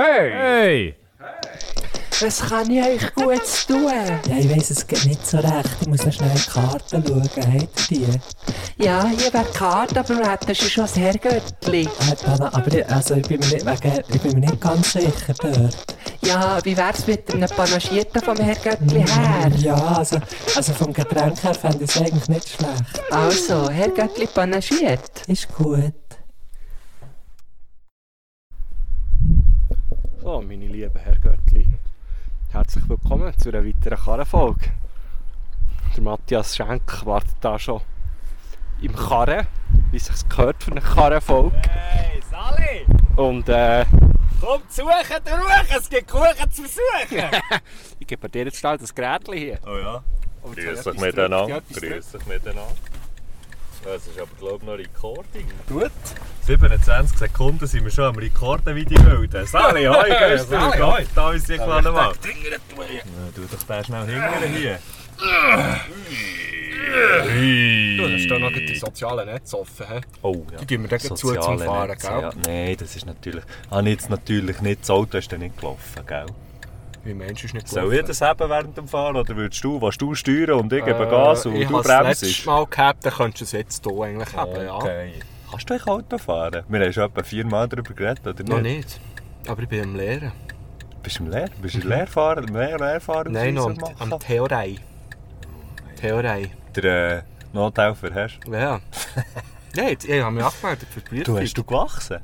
Hey! Hey! Was kann ich euch Gutes tun? Ja, ich weiss, es geht nicht so recht. Ich muss noch schnell in die Karten schauen. Habt ihr die? Ja, ich wäre Karte, aber das ist schon das Herrgöttli. Ah, Dana, aber ich, also, ich, bin mir nicht, wegen, ich bin mir nicht ganz sicher dort. Ja, wie wär's mit einem Panagierten vom Herrgöttli her? Ja, also, also vom Getränk her fände ich es eigentlich nicht schlecht. Also, Herrgöttli panagiert. Ist gut. So, meine lieben Herrgöttli, herzlich willkommen zu einer weiteren Karrenfolge. Der Matthias Schenk wartet da schon im Karren, wie es sich gehört für eine Karrenfolge. Hey, Sally! Und äh, Komm, suchen durch! Es gibt Kuchen zu suchen! ich gebe dir jetzt schnell das Gerät hier. Oh ja, Oh, jetzt habe grüß dich ich etwas gedrückt, miteinander. ich habe etwas Grüß dich miteinander. Das ist aber glaube ich noch Recording. gedrückt. 27 Sekunden sind wir schon am Rekorden wie die Wilden. Sali, hoi, grüß dich. Sali, Gott, da ist die kleine Mann. Gut! Na, Tu doch den schnell Äh. hingern hier. Du hast da noch die sozialen Netze offen. hä? Oh, ja. Die geben wir dann gleich zu zum Soziale Fahren, Netze, gell? Ja. Nein, das ist natürlich... Ah, jetzt natürlich nicht. Das Auto ist dann nicht gelaufen, gell? Wie Mensch ist nicht Soll ich das eben während dem Fahren oder würdest du, willst du steuern und ich gebe Gas und Äh, ich du habe das letzte bremst? Mal gehabt, dann könntest du es jetzt hier eigentlich haben, ja. Kannst du eigentlich Auto fahren? Wir haben schon etwa viermal darüber geredet, oder nicht? Noch nicht. Aber ich bin am Lehren. Bist du im Lehr? Bist du Lehrfahrer? Lehr Lehrfahrer? Nein, noch am, machen? am Theorei. Theorei. Der äh, Nothelfer hast du? Ja. Nein, jetzt, ich habe mich angemeldet für die Prüfung. Du hast du gewachsen?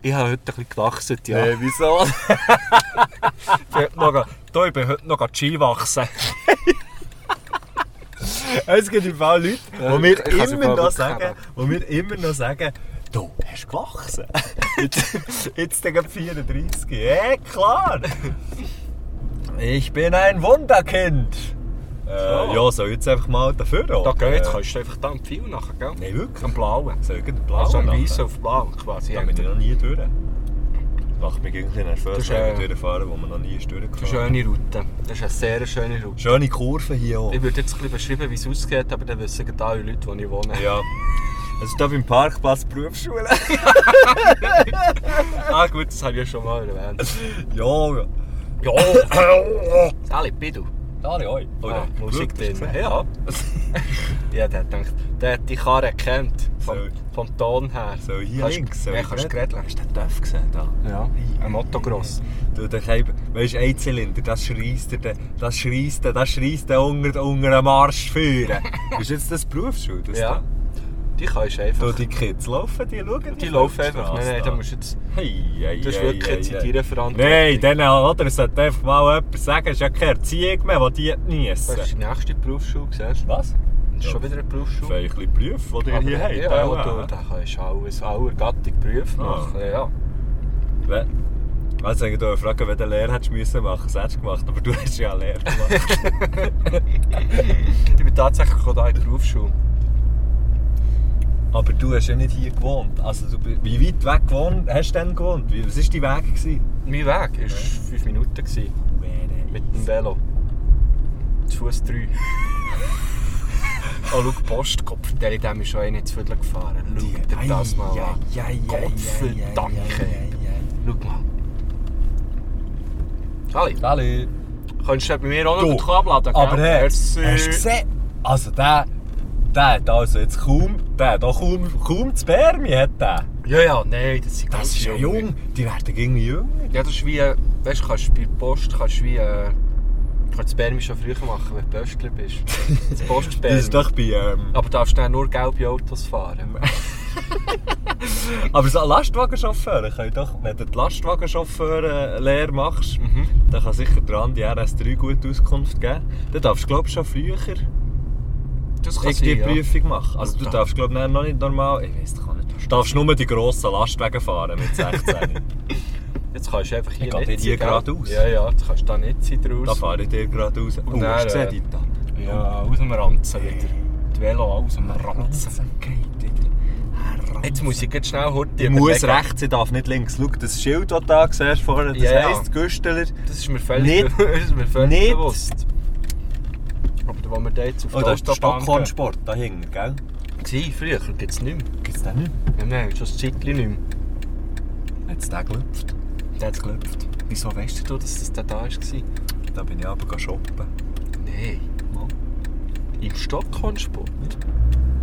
Ich habe heute ein bisschen gewachsen, ja. Nein, wieso? Ich, noch, da, ich bin heute noch Ski wachsen. es gibt im Fall Leute, die ich mir, kann's im Fall immer noch wirklich sagen, die mir immer noch sagen, du hast gewachsen. jetzt, jetzt gegen 34. Ja, klar. Ich bin ein Wunderkind. Äh, ja, so jetzt einfach mal dafür. Da oder? geh, jetzt kannst du einfach da am Pfeil nachher, gell? Nein, wirklich. Am blauen. Soll ich den Plan Also am weißen auf blau quasi. Da bin ich noch nie durch. Macht mich irgendwie nervös, Das ist, wenn wir äh, durchfahren, wo man noch nie ist Eine durchgefahren. schöne Route. Das ist eine sehr schöne Route. Schöne Kurven hier auch. Ich würde jetzt ein bisschen beschreiben, wie es aussieht, aber dann wissen gerade alle Leute, wo ich wohne. Ja. Also da beim Parkplatz Berufsschule. Ah gut, das habe ich ja schon mal erwähnt. ja, ja. Ja! Sally, bitte. Dali, hoi. Oh, Ah, nein. Musik Wirklich? drin. Oh, Ja. ja, der hat gedacht, der hat die Karre gekannt. Vom, vom Ton her. So hier Kannst- links. Ja, kannst du geredeln. Hast du den Töff gesehen? Da? Ja, ein Motocross. Du, der Keib, weißt du, Einzylinder, das schreist er, dann- das schreist er, das schreist er unter, unter den Marsch führen. ist jetzt das Berufsschule? Das Ja. Da? Die kannst du Du, einfach. die Kids laufen, die schauen Die laufen einfach. Nein, nein, da musst du jetzt... Das Das ist wirklich jetzt in deiner Verantwortung. Nein, dann oder? Es sollte einfach mal jemand sagen, es ist ja keine Erziehung mehr, die die Das ist geniessen. die nächste Berufsschule, siehst du? Was? Das ist schon wieder eine Berufsschule. Feichli Prüf, die ihr Aber hier habt. Ja, auch, du, da kannst du alles, aller Gattung Beruf Ah. machen. Ja. Wenn- Jetzt habe ich dich fragen, wenn du eine Lehre hättest müssen machen, das hättest du gemacht, aber du hast ja eine Lehre gemacht. Ich bin tatsächlich auch hier in der Berufsschule. aber du hast ja nicht hier gewohnt. Also du, bist- wie weit weg gewohnt, hast du denn gewohnt? Wie, was war dein Weg? Gewesen? Mein Weg war 5 Minuten gewesen, mit dem Velo. Zu Fuß 3. oh, schau, Postkopf, der in dem ist schon eh nicht zu Viertel gefahren. Schau dir das mal an. Gottverdammt. Schau mal. Charlie, Hallo. könntest du bei mir auch noch Du, den Kabel abladen? gell? Aber hey, hast Merci. du gesehen? Also der, der hat also jetzt kaum, der hat auch kaum, kaum die Spermie hat der. Ja, ja, nein, das sind Das ganz ist ja junge. jung, die werden irgendwie jünger. Ja, das ist wie, äh, weißt du, kannst bei der Post kannst du wie, äh, kannst du Spermi schon früher machen, wenn du Pöstler bist. Das Das ist Postspermi. doch bei, ähm, Aber darfst du dann nur gelbe Autos fahren? aber so Lastwagenchauffeure können doch, wenn du die Lastwagenchauffeure äh, Lehre machst, dann kann sicher dran die RS3 gute Auskunft geben. Dann darfst du glaube ich schon früher Das ich die ja. Prüfung machen. Also du Ja. darfst glaube ich noch nicht normal, ich weiss doch auch nicht. Du darfst nur die grossen Lastwagen fahren mit 16. Jetzt kannst du einfach hier nicht geht hier sein, gell? geradeaus. Ja, ja, jetzt kannst du da nicht sein draus. da fahre ich dir gerade raus. Oh, dann, hast du äh, gesehen, Dieter? Ja, aus dem Ranzen wieder. Die Velo aus dem Ah, Ranzen. Jetzt muss ich jetzt schnell heute Ich muss rechts, ich darf nicht links. Schau, das Schild, das du da siehst vorne, das Ja, ja. heisst Güsteler. Das ist mir völlig, Nicht. das ist mir völlig Nicht. bewusst. Aber wenn wir da jetzt auf Oh, das ist der Autobahn gehen- Stockholm-Sport, da hinten, gell? Gewesen, Früher gibt es nicht mehr. Gibt's den nicht? Ja, nein, schon das Zeitchen nicht mehr. Hat's den gelüpft? der hat geklopft. Wieso weißt du, dass das der da war? Da bin ich aber shoppen. Nein. Mal. Im Stockholm-Sport.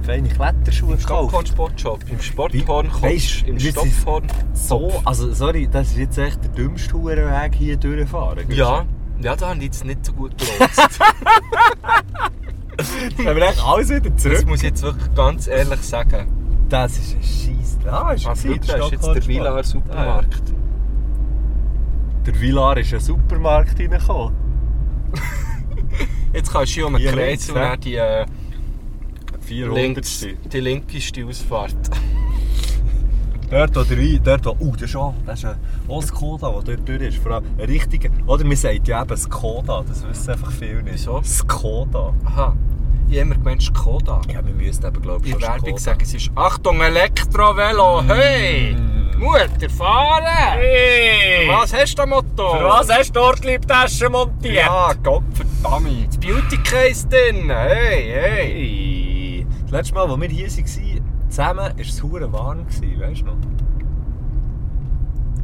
Feine Kletterschuhe gekauft. Stockholm-Sportshop. Im Sporthorn Wie- kommst weisst, du. Im wie es- Stockholm. So, also sorry, das ist jetzt echt der dümmste Hurenweg hier durchfahren. gell? Ja. Ja, da habe ich jetzt nicht so gut gelesen. Können wir echt alles wieder das zurück? muss ich jetzt wirklich ganz ehrlich sagen. Das ist ein Scheiß. Ah, ist Also, gesehen, da ist jetzt der Stockholm-Sport. Vilar Supermarkt. Ah, ja. Der Vilar ist in einen Supermarkt reingekommen. Jetzt kannst du hier um den Hier Kreis links, und ne? dann die, äh, 400. links, die linkeste Ausfahrt. Dort, wo der Wein, dort, wo, uh, das ist auch, das ist ein, auch ein Skoda, der dort durch ist. Vor allem ein richtiger, oder man sagt ja eben Skoda, das wissen einfach viele nicht. Wieso? Skoda. Aha. Ich habe immer gemeint, Skoda. Ja, wir müssen eben, glaube ich, In schon der Werbung Skoda. Mm. sagen sie ist Achtung Elektrovelo, hey! Mutter, fahren! Für Was hast du da Motto? hast du Ortliebtaschen montiert? Ja, Gottverdammt! Das Beauty Case drin, hey, hey! Hey. Das letzte Mal, als wir hier waren, zusammen, war es hure warm, gewesen, weißt du noch?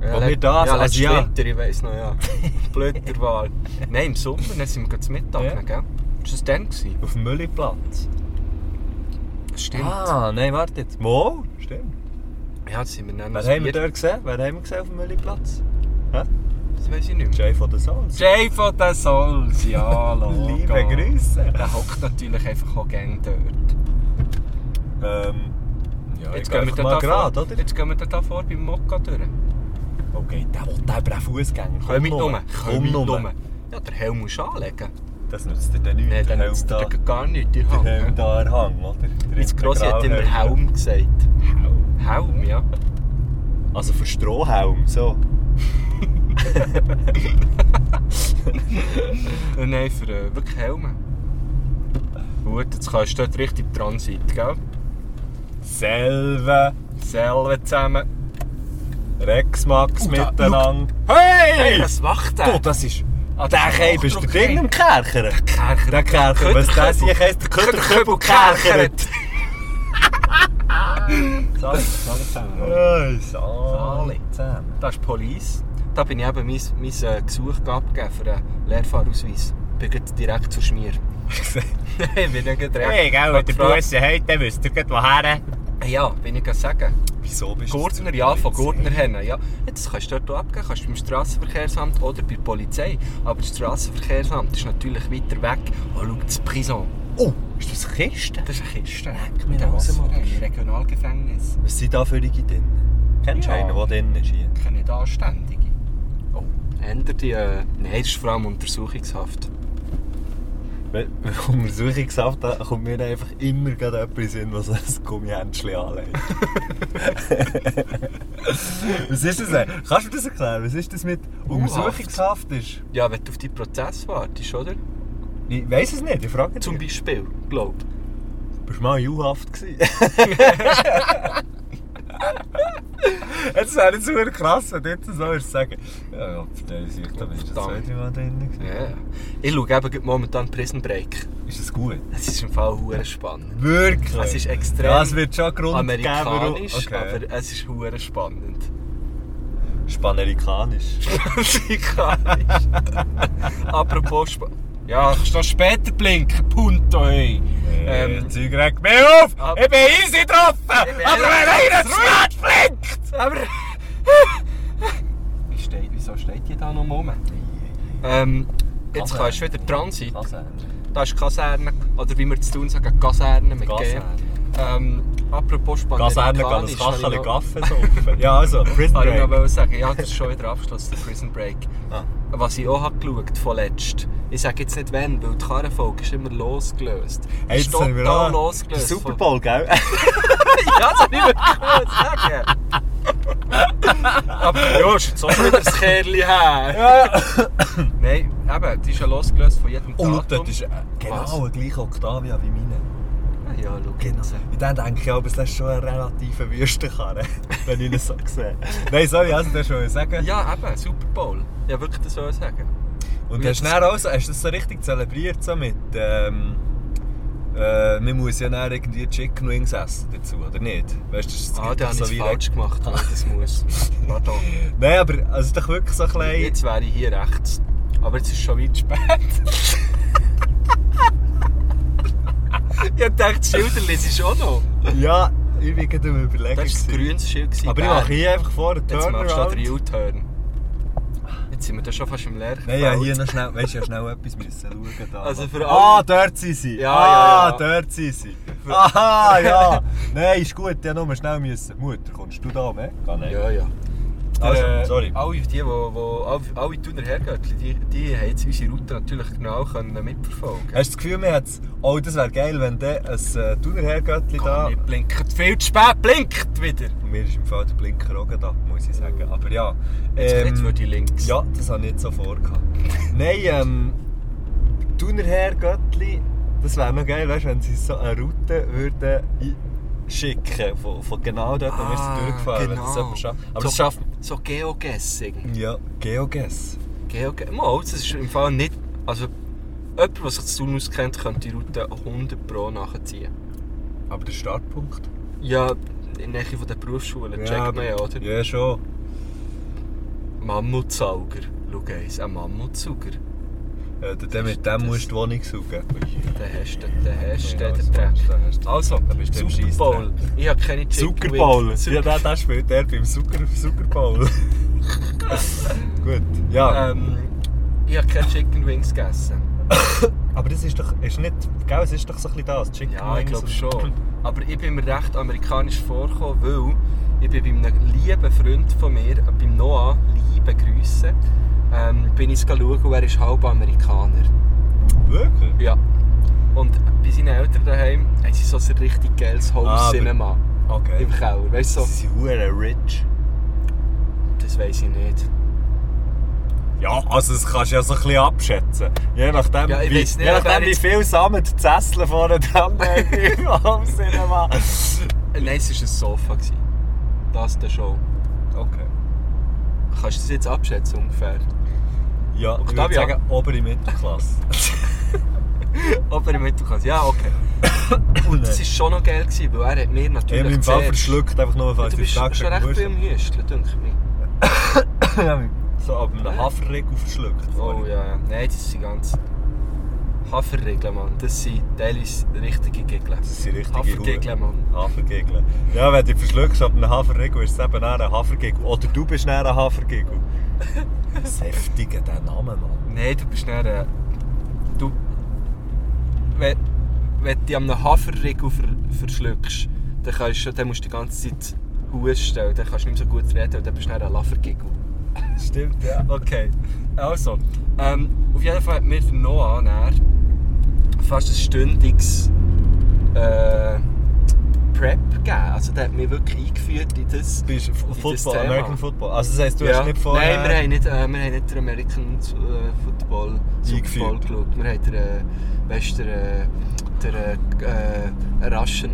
Ja, Wo le- wir da ja, sind, letztes also ja. Winter, ich weiss noch, ja. Blöder Wahl. Nein, im Sommer, dann sind wir gerade zu Mittag, Ja. gell? Ist das dann gewesen? Auf dem Mülliplatz. Stimmt. Ah, nein, wartet. Mo, stimmt. Ja, das sind wir dann noch Wen ein haben wir Bier- dort gesehen? Wen haben wir gesehen auf dem Mülliplatz? Das weiss ich nicht mehr. Jay von der Souls. Jay von den Souls, ja, Logo. Liebe Grüße. Der hockt natürlich einfach auch gerne dort. Ähm, ja, Jetzt jetzt gehen, gehen wir wir da mal da gerade, vor, oder? jetzt gehen wir da da vor beim Mokka durch. Okay, der will der braucht Fußgänger. Komm mit nur. rum, komm Komm mit nur. rum. Ja, der Helm musst du anlegen. Das nützt dir dann nichts. Nein, dann der nützt da, dir gar nichts in der der Helm Hand. Äh, da erhang, oder? Der Mein Grossi hat immer Grauhelm. Helm gesagt. Helm, ja. Also für Strohhelm, so. Äh, Nein, für äh, wirklich Helme. Gut, jetzt kannst du dort richtig dran sein, gell? Selve Selber zusammen. Rexmax Oh, da- miteinander. Hey, Hey! was macht Du, der? das ist... Ah, Der Keib ist der Ding im Kerker. Kerker. Der Kerker, was Köder- das hier heisst, der Köder- Köderkübel Köbel kerkert. kerkert. Hey, Sali. Das ist die Police. Da bin ich eben mein, mein äh, Gesuch abgegeben für einen Lehrfahrausweis. Ich bin gerade direkt zu Schmier. ich bin ja gerade direkt. gefragt. habt, dann wisst ihr gleich, woher. Ja, bin ich gerade sagen. Wieso bist du... Gurtner, ja, von Gurtner her. Ja, das kannst du dort auch abgeben, kannst du beim Strassenverkehrsamt oder bei der Polizei. Aber das Strassenverkehrsamt ist natürlich weiter weg. Oh, schau, das Prison. Oh, ist das Kiste? Das ist eine Kiste. Leck mich Da am raus, Mann. Arsch. Regionalgefängnis. Was sind da für Dinge drin? Kennst du Ja. einen, der drin ist hier? Keine Anständige. Oh. Ändert die. Äh, nein, das ist vor allem Untersuchungshaft. Wenn wenn man Suche gesagt hat, kommt mir dann einfach immer gerade jemand in den Sinn, der so ein Gummihändchen anlegt. Was ist das denn? Kannst du mir das erklären? Was ist das mit Untersuchungshaft? Ist? Ja, wenn du auf deinen Prozess wartest, oder? Ich weiss es nicht, ich frage Zum dich. Beispiel, glaub. Bist du mal in U-Haft gewesen? Das wäre jetzt super krass, wenn du jetzt so würdest sagen. Ja, ja, verstehe ich, dann ist das Verdammt. zweite Mal drin. gewesen. Ja. Ich schaue eben gerade momentan Prison Break. Ist das gut? Es ist im Fall hure spannend. Wirklich? Es ist extrem Ja, es wird schon Grund amerikanisch, geben, warum- aber es ist hure spannend. Spanerikanisch. Amerikanisch. Apropos Sp Ja, kannst du noch später blinken, Punto, hey. Ähm, Ähm, Zeug regt mich auf! Ab- ich bin easy getroffen! Aber bin wenn einer zu spät blinkt! aber... Wie steht, wieso steht die da noch rum? Ähm, jetzt Kaserne. kannst du wieder dran sein. Da ist Kaserne, oder wie wir zu tun sagen, Kaserne mit G. Kaserne. Ähm, apropos spannend. Kaserne kann ein Kacheln Kaffee saufen. Ja, also, Prison Habe ich noch Break. wollte sagen, ja, das ist schon wieder Abschluss, der Prison Break. Ah. Was ich auch habe geschaut vorletzt, ich sage jetzt nicht wann, weil die Karrenfolge ist immer losgelöst. Hey, ist jetzt sind wir total an. losgelöst. Super Bowl, gell? von- Ja, das habe ich wirklich gut sagen. Aber ja, ist jetzt auch schon wieder das Kerli her. Nein, eben, die ist ja losgelöst von jedem Und Datum. dort ist äh, genau Was? eine gleiche Octavia wie meine. Ja, schau Genau. jetzt. In dem denke ich aber, es ist schon eine relative Wüstenkarre, wenn ich ihn so sehe. Nein, sorry, also, das wollte ich sagen. Ja, eben, Super Bowl. Ja, wirklich, das soll ich sagen. Und Und hast du jetzt- dann auch so, hast du das so richtig zelebriert so mit, ähm, Äh, man muss ja dann irgendwie Chicken Wings essen dazu, oder nicht? Weißt du, das Ah, gibt da doch habe ich es wie falsch gemacht, weil das muss. Pardon. Nein, aber also doch wirklich so ein bisschen... Jetzt wäre ich hier rechts. Aber jetzt ist schon weit spät. ich habe gedacht, das Schilderli ist auch noch. Ja, ich bin gerade am überlegen. Das war ein gewesen. grünes Schild. gewesen, Aber ich Bern. mache hier einfach vor einen Jetzt machst du Turnaround. den U-Turn. Jetzt sind wir da schon fast im Leer. Nein, ja, hier noch schnell, weißt du, ja schnell etwas müssen schauen da. Also für ah, alle- dort sind sie! Ja, ah, ja, dort sind sie! Aha, ja! Nein, ist gut, ja, nur schnell müssen. Mutter, kommst du da mit? Gar nicht. Ja, Äh, ja. Also, sorry. Alle, die, die, wo, alle, alle Thuner hergehört, die, die haben jetzt unsere Route natürlich genau können mitverfolgen Hast du das Gefühl, mir hat's... Oh, das wäre geil, wenn der ein äh, Thunerherrgöttli da... Komm, nicht blinken. Viel zu spät blinkt wieder. Und mir ist im Fall der Blinker auch da, muss ich sagen. Aber ja. Jetzt, ähm, jetzt würde ich links. Ja, das habe ich nicht so vorgehabt. Nein, ähm, Thunerherr Göttli, das wäre noch geil, weißt, wenn sie so eine Route würden schicken von, von genau dort, wo wir Ah, sie durchgefahren wenn das genau. jemand schafft. Aber so, das schafft So Geoguessing. ja, Geoges. Geoguessing. Mal, das ist im Fall nicht... Also, jemand, der sich zu Thun auskennt, könnte die Route 100 pro nachziehen. Aber der Startpunkt? Ja, in der Nähe von der Berufsschule, checkt man ja, oder? Ja, schon. Mammutsauger. Schau eins, ein Mammutsauger. Ja, dann mit dem musst du die Wohnung suchen. Den hast du, den hast du, Ja, den also, Dreck. den hast du. Also, Dann bist du im Super Bowl. Ich habe keine Chicken Super Wings. Bowl. Super- Ja, der, der spielt der beim Super, Super Bowl. Gut, ja. Ähm, ich habe keine Chicken Wings gegessen. Aber das ist doch ist nicht, gell, es ist doch so ein bisschen das, Chicken Ja, ich Wings glaube und- schon. Aber ich bin mir recht amerikanisch vorgekommen, weil ich bin bei einem lieben Freund von mir, äh, beim Noah, liebe Grüße, ähm, bin ich es schauen und er ist halb Amerikaner. Wirklich? Ja. Und bei seinen Eltern daheim haben sie so ein richtig geiles Ah, aber- Home-Cinema Okay. im Keller. Weißt du, Sie so, sind hure rich. das weiß ich nicht. Ja, also das kannst du ja so ein bisschen abschätzen. Je nachdem, Ja, ich wie, weiss nicht, je ob er nachdem wie jetzt- viel Samen die Zessel vorne dran hat im Home-Cinema. Äh, Nein, es war ein Sofa. gewesen. Das der Show. Okay. Kannst du das jetzt abschätzen ungefähr? Ja, ich würde Octavia. sagen, obere Mittelklasse. Aber im Mittelklasse, ja, okay. Und Das war schon noch geil, gewesen, weil er hat mir Ich natürlich habe im Fall zuerst- verschluckt, einfach nur, Ja, falls Du ich bist schon sage, recht viel im Hüsteln, denke ich. So ab einem Haferregel verschluckt. Oh vorhin. ja, ja. Nein, das sind ganz... Haferregeln, Mann. Das sind teilweise richtige Gegeln. Das sind richtige Hafergegeln, Mann. Hafergegel. Ja, wenn du dich verschluckst ab einem Haferregel, ist es eben eher ein Hafergegel. Oder du bist eher ein Hafergegel. Säftiger, der Name, Mann. Nein, du bist nicht... Äh, du... Wenn, wenn du dich an einem Haferregel ver, verschluckst, dann, kannst, du- dann musst du die ganze Zeit husten, dann kannst du nicht mehr so gut reden und dann bist du dann ein Laffergegel. Stimmt, ja. Okay, also, ähm, auf jeden Fall hat mir der Noah näher fast ein stündiges äh, Prep gegeben. Also der hat mich wirklich eingeführt in das... Du bist F- das Football, Thema. American Football. Also das heisst, du Ja. hast nicht vorher... Nein, wir haben nicht, äh, wir haben nicht den American äh, Football Super Bowl Eingeführt. geschaut. Wir haben den, äh, weißt, du, den, äh, den äh, äh, Russian,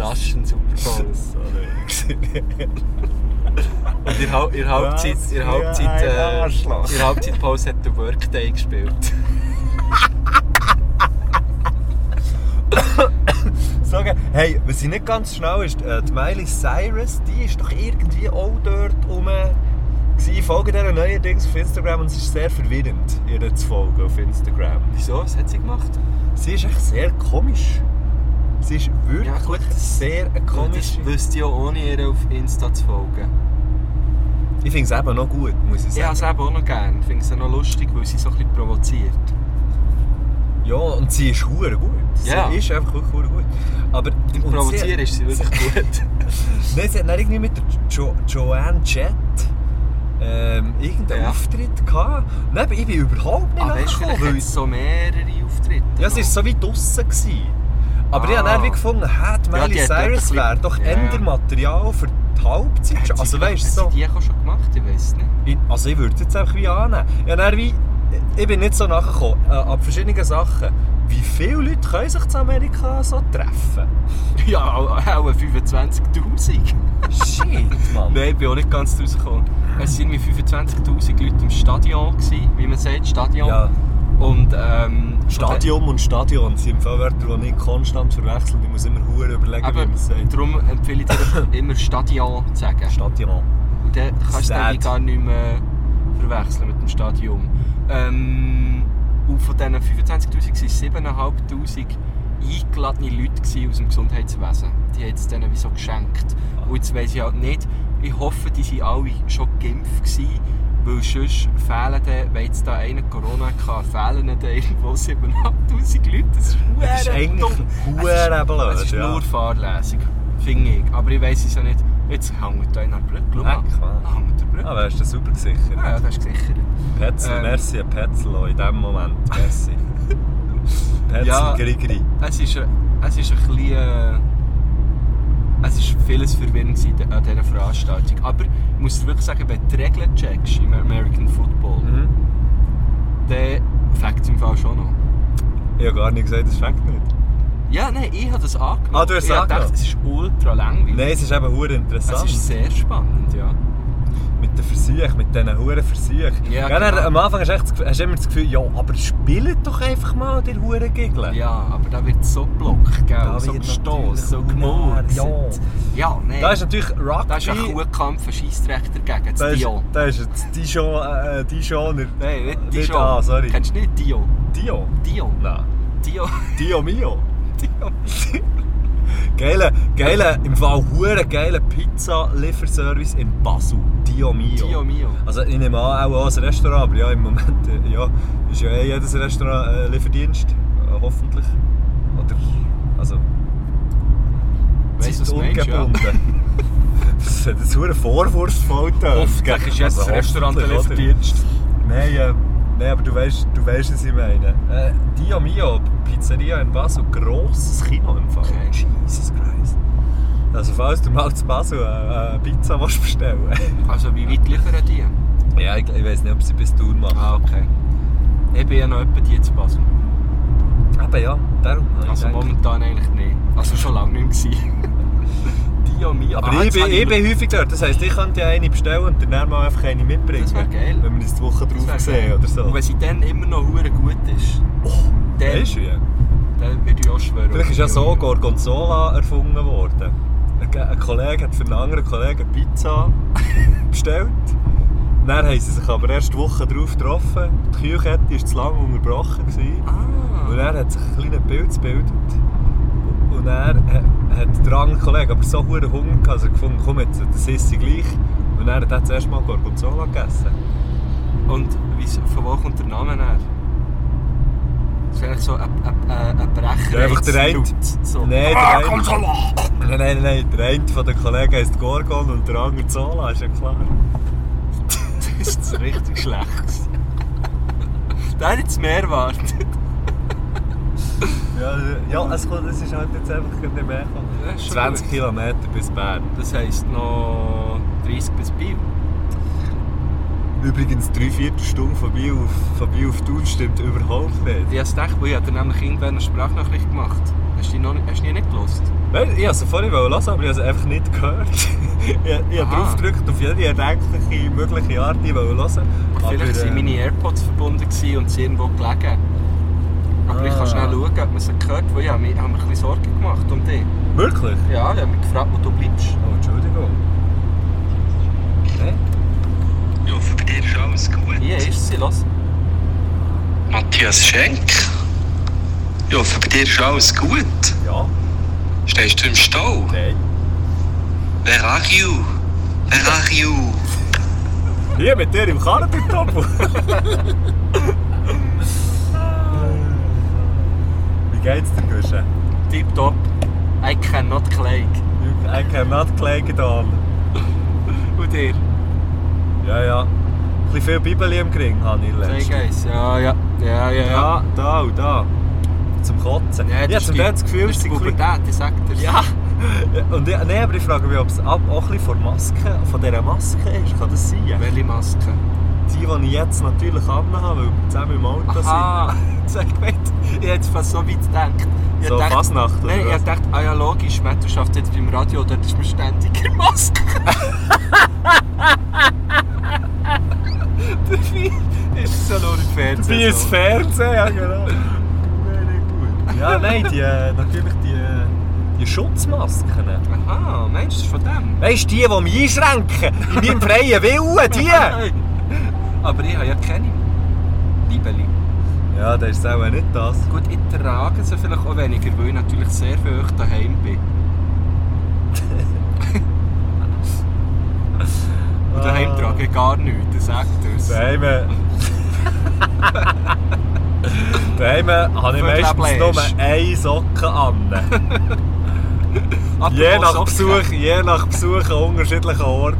Russian Super Bowl. Sorry. Und in der Hau- in der Halbzeit, Was in der für Halbzeit, ein äh, Arschloch. in der Halbzeitpause hat der Workday gespielt. So geil. hey, was ich nicht ganz schnell ist, äh, die Miley Cyrus, die ist doch irgendwie auch dort eh, rum. gewesen. Ich folge der neuerdings auf Instagram und es ist sehr verwirrend, ihr zu folgen auf Instagram. Wieso? Was hat sie gemacht? Sie ist echt sehr komisch. Sie ist wirklich Ja, gut, das- sehr eine Komisch. komische. Das wüsste ich auch ohne ihr auf Insta zu folgen. Ich finde es eben noch gut, muss ich Ich habe sagen. es eben auch noch gerne. Ich finde es auch noch lustig, weil sie so ein bisschen provoziert. Ja, und sie ist hure gut. Sie Ja. ist einfach wirklich hure gut. Aber Im und Provozieren ist sie wirklich gut. Nein, sie hat dann irgendwie mit der jo Joanne Jett ähm, irgendeinen Ja. Auftritt gehabt. Nein, aber ich bin überhaupt nicht Aber weißt du, vielleicht nachgekommen. hat es so mehrere Auftritte. Ja, es war so wie draussen. Gewesen. Aber ich habe dann Ah. wie gefunden, hä, die Ja, Miley die hat dort ein Cyrus bisschen- wäre doch Ja, ja. eher Material für die Halbzeit. Hat sie- also weißt hat du, so... sie die auch schon gemacht? Ich weiß nicht. Ich, also ich würde es jetzt einfach wie annehmen. Ja, dann wie, ich bin nicht so nachgekommen, äh, ab verschiedenen Sachen. Wie viele Leute können sich in Amerika so treffen? Ja, auch 25'000. Shit, Mann. Nein, ich bin auch nicht ganz rausgekommen. Es waren irgendwie 25'000 Leute im Stadion, gewesen, wie man sagt, Stadion. Ja, Und ähm, Stadium und Stadion sind im Fall Wörter, die ich konstant verwechsel. Ich muss immer hure überlegen, Eben, wie man es sagt. darum empfehle ich dir immer Stadion zu sagen. Stadion. Und dann kannst du Sad. eigentlich gar nicht mehr verwechseln mit dem Stadion. Ähm, und von diesen 25'000 waren 7'500 eingeladene Leute gewesen aus dem Gesundheitswesen. Die haben es denen wie so geschenkt. Und jetzt weiss ich halt nicht, ich hoffe, die waren alle schon geimpft, gewesen, weil sonst fehlen dann, wenn jetzt da einer Corona hatte, fehlen dann irgendwo 7'500 Leute. Das ist Das ist verdammt eigentlich dumm. hure blöd, Es ist ja. nur fahrlässig, finde ich. Aber ich weiss es ja nicht. Jetzt hängt da einer an der Brücke. Schau mal. Leck, Mann. Ah, hängt an der Brücke. Ah, wärst du super gesichert. Ja, ja, das ist gesichert. Petzl, Ähm. merci an Petzl auch in diesem Moment. Merci. Petzl, Ja. Grigri. Es ist, äh, es ist ein bisschen... Äh, es war vieles verwirrend gewesen an dieser Veranstaltung. Aber ich muss dir wirklich sagen, wenn du die Regeln checkst im American Football, Mhm. dann fängt es im Fall schon noch. Ich habe gar nicht gesagt, das schmeckt nicht. Ja, nein, ich habe das angenommen. Ah, du hast es ich hab gedacht, angenommen. es ist ultra langweilig. Nein, es ist eben hure es interessant. ist sehr spannend, ja. Mit den Versuchen, mit diesen huren Versuchen. Ja, dann, genau. Am Anfang hast du, echt das Gefühl- hast du immer das Gefühl, ja, aber spielt doch einfach mal, die huren Giggeln. Ja, aber da wird so geblockt, gell? Da so wird gestoßen, so natürlich gemurzt. unerhört, ja, nein. Da ist natürlich Rugby. Da ist ein Kuhkampf, ein Scheissrecht dagegen, Da das ist, Dio. da ist jetzt Dijon, äh, Dijoner. Nein, nicht Dio. Nicht da, ah, sorry. Nou. Kennst du nicht Dio? Dio? Dio. Nein. Dio. Dio mio. Dio. Geile, geile, im Fall hure geile Pizza-Lieferservice in Basel. Dio mio. Dio mio. Also ich nehme an, auch ein Restaurant, aber ja, im Moment äh, ja, ist ja eh jedes Restaurant äh, Lieferdienst, äh, hoffentlich. Oder, also, Weißt du, was du meinst, ja? ungebunden. das hat jetzt hure vorwurfsvoll getönt. Hoffentlich ist jetzt das Restaurant der hoffentlich, oder? Lieferdienst. Nein, äh, nein, aber du weißt, du weißt, was ich meine. Äh, Dio Mio, Pizzeria in Basel, grosses Kino im Fall. Okay. Jesus Christ. Also falls du mal zu Basel eine, eine Pizza willst bestellen Also, wie weit liefern die? Ja, ich, ich weiß nicht, ob sie bis Thun machen. Ah, okay. Ich bin ja noch etwa die zu Basel. Eben ja, darum. habe ich Also, gedacht. momentan eigentlich nicht. Also, schon lange nicht mehr. gewesen. Dio mio. aber Ah, ich, jetzt bin, habe ich bin häufig dort, das heisst, ich könnte ja eine bestellen und dann mal einfach eine mitbringen. Das wäre geil. Wenn wir uns die Woche drauf Das wär sehen geil. oder so. Und wenn sie dann immer noch hure gut ist, oh, dann, weisst du ja. dann würde ich auch schwören. Vielleicht auf ist ja Dio so mio. Gorgonzola erfunden worden. Ein- Ein Kollege hat für einen anderen Kollegen Pizza bestellt. Dann haben sie sich aber erst die Woche darauf getroffen. Die Kühlkette war zu lange unterbrochen. Gewesen. Und Ah. er hat sich ein kleines Bild gebildet. Und er hat- hat der andere Kollege aber so hohen Hunger gehabt, dass er gefunden hat, komm jetzt, das ist sie gleich. Und er hat er zuerst mal Gorgonzola gegessen. Und wie, von wo kommt der Name her? Das ist eigentlich so ein, ein, ein, ein Brecher. Ja, einfach der eine. So. Ah, Nein, der eine. Nein, nein, nein, der eine von den Kollegen heisst Gorgon und der andere Zola, ist ja klar. Das ist das richtig schlecht. der hat jetzt mehr erwartet. Ja, ja es, kommt, es ist halt jetzt einfach nicht mehr gekommen. Ja, ist schon 20 gut. Kilometer bis Bern. Das heisst noch 30 bis Biel. Übrigens, drei Viertelstunde von Biel auf, von Biel auf Thun stimmt überhaupt nicht. Ich habe gedacht, weil ich habe dir nämlich irgendwann eine Sprachnachricht gemacht. Hast du die noch nicht, hast du die nicht gelost? Weißt, ich wollte es vorhin hören, aber ich habe es einfach nicht gehört. ich ich habe Aha. drauf gedrückt auf jede erdenkliche mögliche Art, die ich hören wollte. Vielleicht waren äh, eh, meine Airpods verbunden gewesen und sie irgendwo gelegen. Aber ich Ah. kann schnell schauen, ob man sie gehört, weil ich habe mir, habe mir ein bisschen Sorgen gemacht um dich. Wirklich? Ja, ich habe mich gefragt, wo du bleibst. Oh, Entschuldigung. Hä? Ja, für dich ist alles gut. Hier ist sie, los. Matthias Schenk. Ja, für dich ist alles gut. Ja? Stehst du im Stau? Nein. Where are you? Where are you? Hier mit dir im Kartentoppel. Wie geht's dir, Guschen? Tipptopp. I cannot claim. I cannot claim it all. Und dir? Ja, ja. Ein bisschen viel Bibel im Kring habe ich Sei letztens. Guys. Ja, ja. Ja, ja, ja. Ja, da und da. Zum Kotzen. Ja, ich habe zum die- Teil das Gefühl, das es ist ist die ein bisschen- Pubertät, ich sag dir. Ja, und ich, nee, aber ich frage mich, ob es ab, auch ein bisschen von Maske, von dieser Maske ist. Kann das sein? Welche Maske? Die, die ich jetzt natürlich anhabe, weil wir zusammen im Auto Aha. Sag mal, Ah. ich hätte es fast so weit gedacht. Ich sind. So dachte- Fasnacht oder Nein, ich was? hab gedacht, ah ja, logisch, Mettenschaft jetzt beim Radio, dort ist man ständig in Maske. Der Fi- Ist so nur im Fernsehen. Wie ins so. Fernsehen, ja genau. Ja, nein, die, äh, natürlich die, äh, die Schutzmasken. Aha, meinst du, das ist von dem? Weißt du, die, die mich einschränken? In meinem freien Willen, die! Hey. Ah, Aber ich habe ja keine. Liebeli. Ja, das ist auch nicht das. Gut, ich trage sie vielleicht auch weniger, weil ich natürlich sehr für euch daheim bin. Und Ah. daheim trage ich gar nichts, das sagt es. Daheim. äh, Daheim äh, habe ich Für meistens Labläsch. nur eine Socke an. Apropos Je nach Socken. Besuch, je nach Besuch an unterschiedlichen Orten.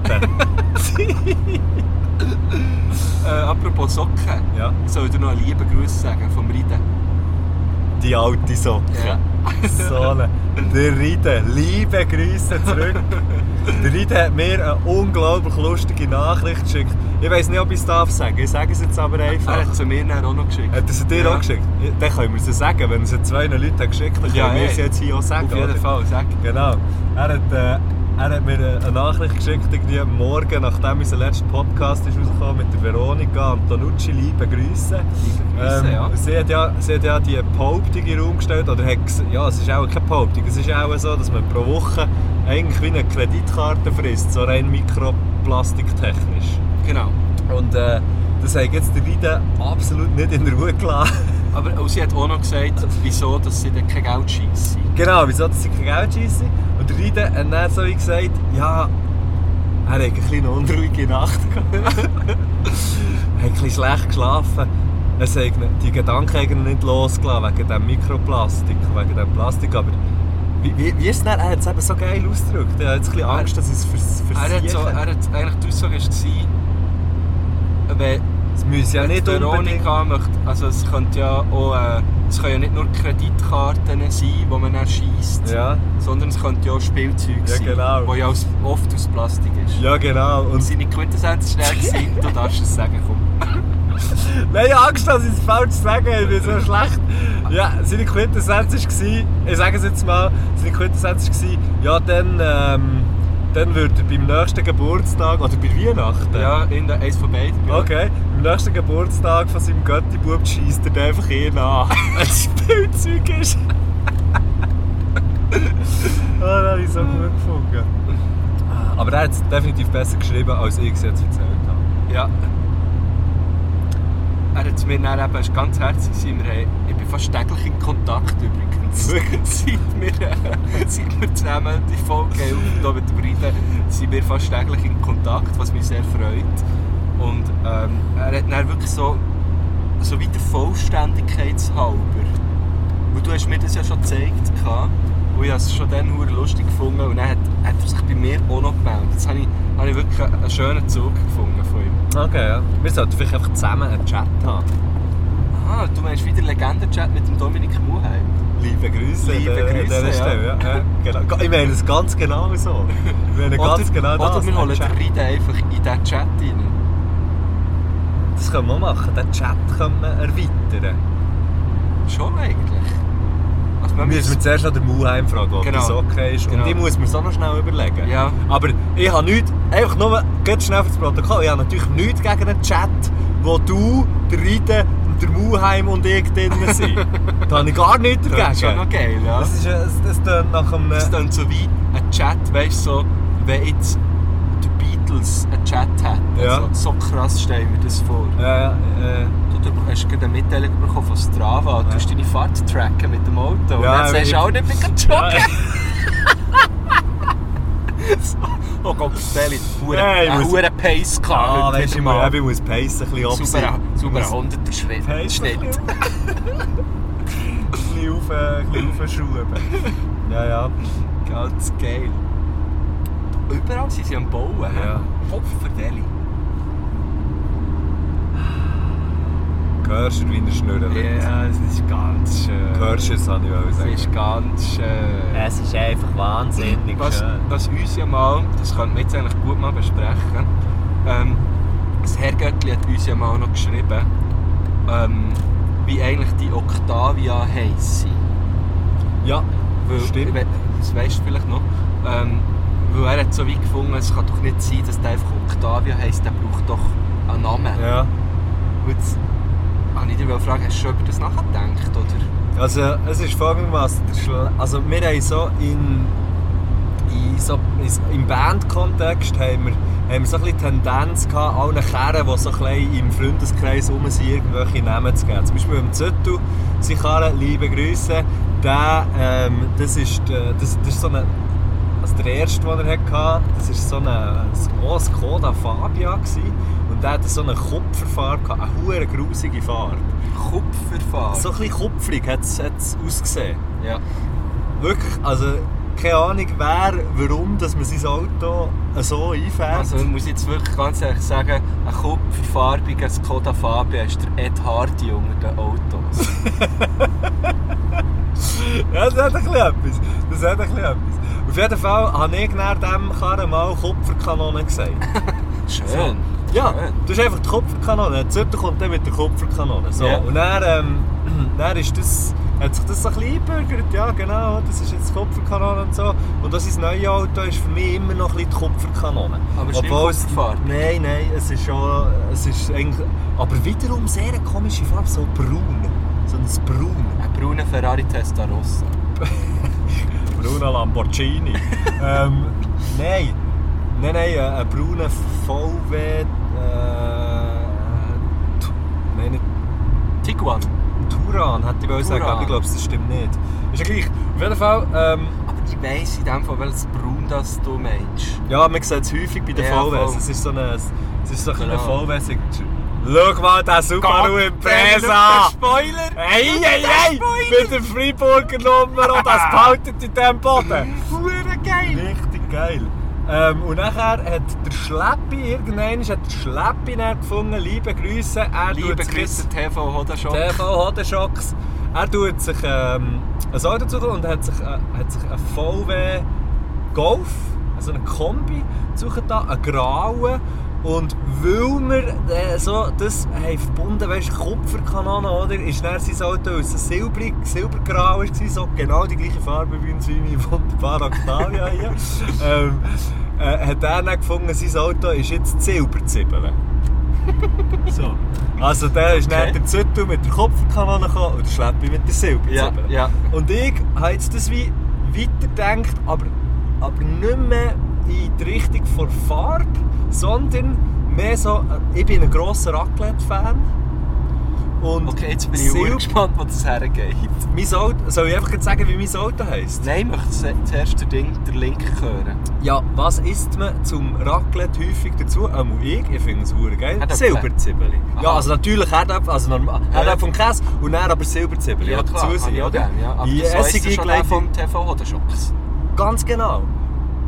Äh, apropos Socken. Ja, Soll ich dir noch einen lieben Gruß sagen vom Reiten? die alte Socke. So eine- Der Rieden, liebe Grüße zurück. Der Rieden hat mir eine unglaublich lustige Nachricht geschickt. Ich weiß nicht, ob ich es darf sagen. Ich sage es jetzt aber einfach. Er hat zu mir dann auch noch geschickt. Hat er sie dir Ja. auch geschickt? Ja, Dann können wir sie sagen. Wenn er sie zwei Leuten hat geschickt hat, können Ja, wir ey. sie jetzt hier auch sagen. Auf jeden oder? Fall, sag. Genau. Er hat, äh, er hat mir äh, eine Nachricht geschickt, irgendwie am Morgen, nachdem unser letzter Podcast ist rausgekommen mit der Veronika Antonucci, liebe Grüße. Ähm, Grüße, ja. Sie hat ja, sie hat ja die Behauptung in den Raum gestellt, oder hat, ges- ja, es ist auch keine Behauptung, es ist auch so, dass man pro Woche eigentlich wie eine Kreditkarte frisst, so rein mikroplastiktechnisch. Genau. Und äh, das hat jetzt die Leute absolut nicht in der Ruhe gelassen. Aber und sie hat auch noch Also- gesagt, wieso dass sie dann kein Geld schiessen. Genau, wieso dass sie kein Geld schiessen? Und der Reiden hat dann so wie gesagt, ja, er hat eine kleine unruhige Nacht gehabt. er hat ein bisschen schlecht geschlafen. Er hat ihn- die Gedanken haben ihn nicht losgelassen, wegen dem Mikroplastik, wegen dem Plastik, aber wie, wie, wie ist es denn? Er hat es eben so geil ausgedrückt. Er hat jetzt ein bisschen Angst, dass ich es vers Er hat, versieche. so, er hat eigentlich die Aussage war, wenn Es muss ja wenn nicht unbedingt... Veronika möchte, also es könnte ja auch, äh, es können ja nicht nur Kreditkarten sein, die man dann schiesst, Ja, sondern es könnte ja auch Spielzeug Ja, sein, genau. wo ja aus, oft aus Plastik ist. ja genau. Und Seine Quintessenz ist schnell gewesen, du darfst es sagen, komm. Nein, Angst, dass ich es falsch sage, ich bin so schlecht. Ja, seine Quintessenz war, ich sage es jetzt mal, seine Quintessenz war, ja, dann, ähm, dann würde er beim nächsten Geburtstag, oder bei Weihnachten, Ja, in der eins von beiden. ja. okay, beim nächsten Geburtstag von seinem Götti-Bub schießt er dann einfach ihn an, weil es Spielzeug ist. oh, das habe ich so gut gefunden. Aber er hat es definitiv besser geschrieben, als ich es jetzt erzählt habe. Ja. Er hat mir dann eben, ist ganz herzlich gewesen. Wir haben, ich bin fast täglich in Kontakt übrigens. seit, wir, äh, seit wir zusammen die Folge haben und mit dem Reden sind wir fast täglich in Kontakt, was mich sehr freut. Und ähm, er hat dann wirklich so, so wie der Vollständigkeitshalber, weil du hast mir das ja schon gezeigt gehabt, und ich habe es schon dann sehr lustig gefunden und dann hat, hat er sich bei mir auch noch gemeldet. Jetzt habe ich, habe ich wirklich einen einen schönen Zug gefunden von ihm. Okay, ja. Wir sollten vielleicht einfach zusammen einen Chat haben. Ah, du meinst wieder Legenden-Chat mit dem Dominik Muheim. Liebe Grüße. Liebe an dieser Grüße, ja. Stelle, ja. ja. genau. Ich meine es ganz genau so. Ich meine ganz genau das. oder wir holen den Chat. Reiden einfach in diesen Chat rein. Das können wir auch machen. Den Chat können wir erweitern. Schon eigentlich. Also Wir man müssen wir zuerst noch den Muheim fragen, ob Genau. das okay ist. Genau. Und ich muss mir so noch schnell überlegen. Ja. Aber ich habe nichts, einfach nur ganz schnell fürs Protokoll, ich habe natürlich nichts gegen einen Chat, wo du, der Reiten, der Muheim und ich drin sind. da habe ich gar nichts das ist schon dagegen. noch geil, ja. Das ist, das, das tönt nach einem... äh, Das ist dann so wie ein Chat, weißt du, so, wenn jetzt die Beatles einen Chat hätten. Ja. Also, so krass stellen wir das vor. Ja, ja, äh, Du, du hast gerade eine Mitteilung bekommen von Strava, du hast deine Fahrt tracken mit dem Auto. Und Ja, dann sagst ich- du auch nicht, ich kann joggen. oh Gott, Steli, Nein, ich ein muss- hoher Pace gehabt. ah, heute weißt du, wieder ich mal. muss- ich muss Pace ein bisschen Super, absehen. super Ich muss 100er Schritt. Pace ein Schnitt. bisschen- ein bisschen auf- äh, ein bisschen aufschrauben. Ja, ja. Ganz geil. Überall sind sie am Bauen. hä? Ja. Opferdeli. Hörst du, wie er schnurrt? das ist ganz schön. Hörst du es, wollte ich auch Das sagen. ist ganz schön. Es ist einfach wahnsinnig was, was uns ja mal, das könnte man jetzt eigentlich gut mal besprechen, ähm, das Herrgöttli hat uns ja mal noch geschrieben, ähm, wie eigentlich die Octavia heissen. Ja, Weil, Stimmt. we- Das weißt du vielleicht noch. Ähm, weil er hat so weit gefunden, es kann doch nicht sein, dass der einfach Octavia heisst, der braucht doch einen Namen. ja. Weil Und jetzt wollte ich dich fragen, hast du schon über das nachgedacht? Oder? Also es ist folgendermaßen, der Schla- also wir haben so in, in so in- im Bandkontext haben wir, haben wir so ein bisschen Tendenz gehabt, allen Kerren, die so ein bisschen im Freundeskreis rum sind, irgendwelche Namen zu geben. Zum Beispiel im Züttu, sie Karre, liebe Grüße, der, ähm, das, ist, äh, das, das ist so eine also der erste, den er hatte, das war so ein, ein grosses Skoda Fabia. Gewesen. Und der hatte so eine Kupferfarbe, gehabt, eine hure grusige Farbe. Kupferfarbe. So ein bisschen kupfrig hat es ausgesehen. Ja. Wirklich, also keine Ahnung, wer, warum dass man sein Auto so einfährt. Also ich muss jetzt wirklich ganz ehrlich sagen, ein kupferfarbiger Skoda Fabia ist der Ed Hardy unter den Autos. ja, das hat ein bisschen etwas. Das hat ein bisschen etwas. Auf jeden Fall habe ich nach diesem Karren mal Kupferkanone gesagt. Schön. Ja, Schön. du hast einfach die Kupferkanone. Zürcher kommt dann mit der Kupferkanone. So. Ja. Und dann, ähm, dann ist das, hat sich das so ein bisschen eingebürgert. Ja, genau, das ist jetzt die Kupferkanone und so. Und das ist das neue Auto ist für mich immer noch ein bisschen die Kupferkanone. Aber es ist nicht es, Kupferfarbe. Nein, nein, es ist schon... Es ist eigentlich, aber wiederum sehr eine komische Farbe, so braun. So ein Braun. Ein brauner Ferrari Testarossa. Bruno Lamborghini. ähm, nein, nein, nein, äh, ein brauner VW. Äh, Tu- nein, nicht Tiguan. Turan, hätte ich wollen sagen, Touran. aber ich glaube, das stimmt nicht. Ist ja gleich. Auf jeden Fall, ähm, Aber ich weiss in dem Fall, welches Braun das du meinst. ja, man sieht es häufig bei den Ja, VWs. voll. Es ist so eine, es ist so ein Genau. VW. Schau mal, der Subaru Impresa! Spoiler! Hey, hey, hey! Mit der Freiburger Nummer und das behaltet in dem Boden. Hure geil! Richtig geil. Ähm, und nachher hat der Schleppi, irgendwann hat der Schleppi dann gefunden, liebe Grüße, er Liebe tut's- Grüße, TV Hodashop. TV Hodenschocks. Er tut sich ähm, ein Auto zu und hat sich, äh, hat sich einen VW Golf, also einen Kombi, suchen da, einen grauen. Und weil wir äh, so das haben verbunden weißt du, Kupferkanone, oder? Ist dann sein Auto, weil es ein silbrig, silbergrau war, so genau die gleiche Farbe wie in seine wunderbare Octavia hier. ähm, äh, hat er dann gefunden, sein Auto ist jetzt Silberzwiebeln. So. Also der ist Okay. dann der Züttel mit der Kopfkanone gekommen und der Schleppi mit der Silber. Ja, ja. Und ich habe jetzt das wie weitergedacht, aber, aber nicht mehr in die Richtung von Farbe, sondern mehr so, äh, ich bin ein grosser Raclette-Fan. Und Okay, jetzt bin ich sehr Silber- gespannt, wo das hergeht. mein Auto, soll ich einfach jetzt sagen, wie mein Auto heisst? Nein, ich möchte ze- zuerst den, Ding, den Link hören. Ja, was isst man zum Raclette häufig dazu? Einmal ich, ich finde es super geil. Herdöpfle. Silberzwiebeli. Ja, Aha. also natürlich Herdöpfel, also normal- Herdöpfel und Käse und dann aber Silberzwiebeli. Ja, klar, dazu habe sein, ich auch oder? gerne, ja. Aber In das weiss ich schon auch Essiggleitung. vom TV Hodashocks. Ganz genau.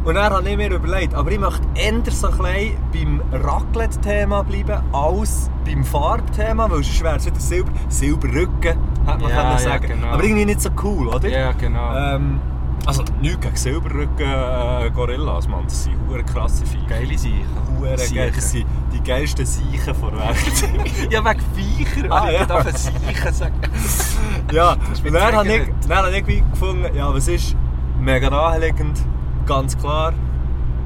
Und dann habe ich mir überlegt, aber ich möchte eher so ein bisschen beim Raclette-Thema bleiben, als beim Farbthema, weil sonst wäre es wieder Silber, Silberrücken, hätte man Ja, können ja, sagen genau. Aber irgendwie nicht so cool, oder? genau. Ähm, also nichts gegen Silberrücken äh, Gorillas, Mann. Das sind hure krasse Viecher. Geile Sache. Hure geil. Sicher. Das sind die geilsten Seichen der Welt. Ja, wegen Viecher. Ah, Ah, ich ja. darf ein Seichen sagen. ja, ist mir und dann habe ich, getriggert. dann habe ich wie gefunden, ja, was ist mega naheliegend, ganz klar.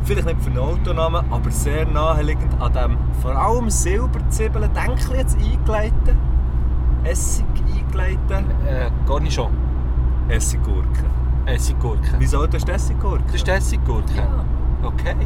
Vielleicht nicht für einen Autonamen, aber sehr naheliegend an dem vor allem Silberzwiebeln, denke ich jetzt, eingeleitet. Essig eingeleitet. Äh, Cornichon. Essiggurken. Essiggurken. Wieso ist Essiggurken? Das ist die Essiggurken? Okay.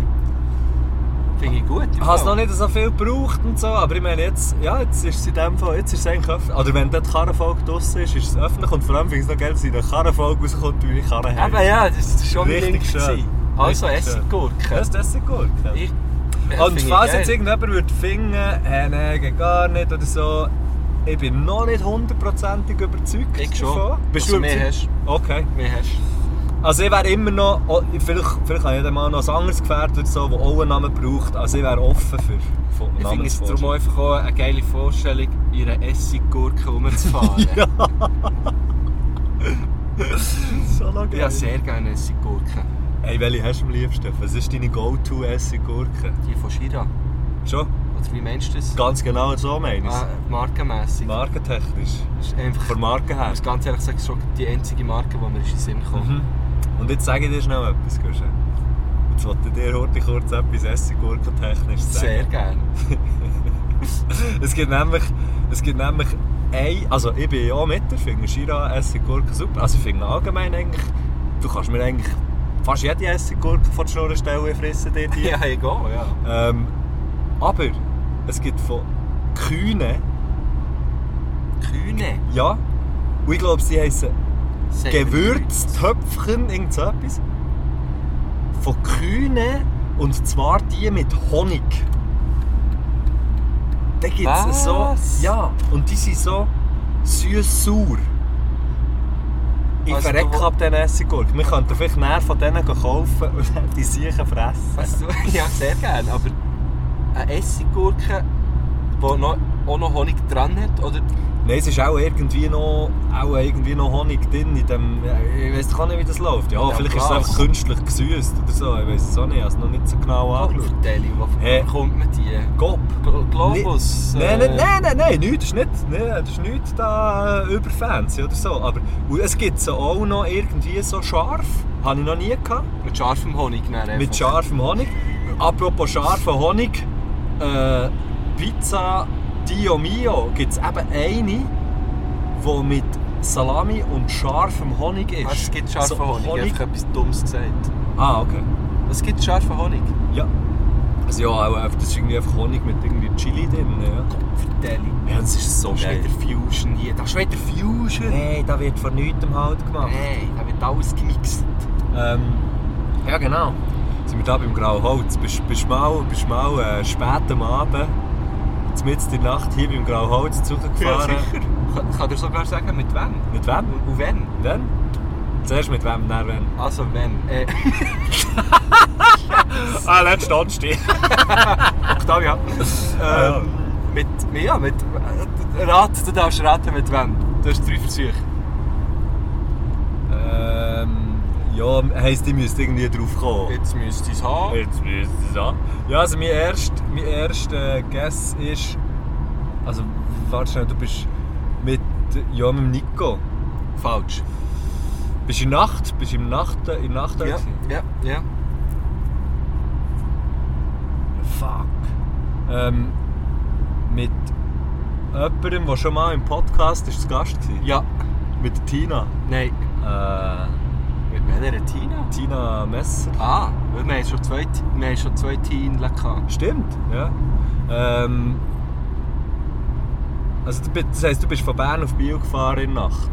Finde ich gut. im Ich habe es Fall. noch nicht so viel gebraucht und so, aber ich meine, jetzt, ja, jetzt ist es in dem Fall, jetzt ist es eigentlich öffentlich. Oder wenn dort die Karrenfolge draussen ist, ist es öffentlich und vor allem finde ich es noch geil, dass in der Karrenfolge rauskommt, wie ich Karren habe. Eben ja, das ist schon mein Richtig Link. schön. gewesen. Also Richtig schön. Essiggurken. Das, das ist gut. Ich- äh, Und finde ich falls geil. jetzt irgendjemand würde finden, äh, nein, geht gar nicht oder so, ich bin noch nicht hundertprozentig überzeugt Ich schon. davon. Bist Also du mehr überzeugt? Okay. Mehr hast du. Also ich wäre immer noch, oh, vielleicht, vielleicht habe ich dann mal noch ein anderes Gefährt oder so, das auch einen Namen braucht. Also ich wäre offen für für Ich finde es darum Namensvorschläge. auch einfach auch eine geile Vorstellung, in einer Essiggurke rumzufahren. ja. So noch Ich geil. habe sehr gerne Essiggurken. Hey, welche hast du am liebsten? Was ist deine Go-To-Essigurke? Die von Shira. Schon? Oder wie meinst du das? Ganz genau so meine ich Ah, es. Markenmässig. Markentechnisch. Das ist einfach, Von Marken ich her. muss ganz ehrlich sagen, das ist schon die einzige Marke, die mir in den Sinn kommt. Mhm. Und jetzt sage ich dir schnell etwas, Guschen. Jetzt wollte ich dir heute kurz etwas Essigurken-technisch sagen. Sehr gerne. Es gibt nämlich Es gibt nämlich ein, also ich bin ja auch mit, ich finde Shira Essiggurken super. Also ich finde allgemein eigentlich, du kannst mir eigentlich fast jede Essiggurke von der Schnur stellen, ich fresse dir die. Ja, egal, ja. Ähm, aber es gibt von Kühne, Kühne. ja, und ich glaube, sie heißen Sagt mir nichts. Gewürztöpfchen, irgend so etwas. Von Kühne und zwar die mit Honig. Da gibt es Was? so. Ja, und die sind so süß-sauer. Ich Also verrecke du- ab diesen Essiggurken. Wir könnten vielleicht mehr von denen kaufen und dann die Siechen fressen. Was du? Ja, sehr gerne. Aber eine Essiggurke, die noch, auch noch Honig dran hat, oder? Nein, es ist auch irgendwie noch, auch irgendwie noch Honig drin. In dem, ich weiß gar nicht, wie das läuft. Ja, Ja, vielleicht ist es klar. einfach künstlich gesüßt oder so. Ich weiß es auch nicht. Ich habe es noch nicht so genau angeschaut. Verteilung, wo Hä? kommt man die? Gop. Glo- Globus? Äh. Nein, äh, nein, nein, nein, nein, nichts, ist nicht, nee, das ist nicht da äh, über Fancy oder so. Aber und es gibt sie auch noch irgendwie so scharf. Habe ich noch nie gehabt. Mit scharfem Honig. Nein, einfach. Mit scharfem Honig. Apropos scharfer Honig. Äh, Pizza Dio Mio gibt es eben eine, die mit Salami und scharfem Honig ist. Was, es gibt scharfen So Honig? Ich habe etwas Dummes gesagt. Ah, okay. Es gibt scharfen Honig. Ja. Also ja, auch einfach- das ist irgendwie einfach Honig mit irgendwie Chili drin. Ja, Verteilung. ja das ist so Das ist geil. wieder Fusion hier. Das ist wieder Fusion. Nein, da wird von nichts halt gemacht. Nein, da wird alles gemixt. Äh. Ähm, ja, genau. Sind wir da beim Grauholz? Bist bist du mal, bist mal äh, spät am Abend, mitten in der Nacht, hier beim Grauholz zugefahren? Ich kann dir sogar sagen, mit wem. mit wem? Und, und wenn. Dann? Zuerst mit wem, dann wenn? Also wenn. Äh, Ah, dann standst du. Octavia. Ja. ähm, mit, ja, mit, äh, rat, du darfst raten, mit wem. Du hast drei Versuche. ähm, ja, heisst, ich müsste irgendwie drauf kommen. Jetzt müsst ihr es haben. Jetzt müsste es an. Ja, also mein erster mein erst, äh, Guess ist... Also, warte schnell, du bist mit... Ja, mit dem Nico. Falsch. Bist du in der Nacht? Bist du im Nacht, in der Nacht Ja, ja, ja. Fuck. Ähm, mit jemandem, der schon mal im Podcast ist, zu Gast war. Ja, Mit der Tina. nein. Äh, Mit welcher Tina? Tina Messer. Ah, weil wir haben schon zwei, wir haben schon zwei Tina gehabt. Stimmt, ja. Ähm, also du bist- das heisst, du bist von Bern auf Biel gefahren in der Nacht?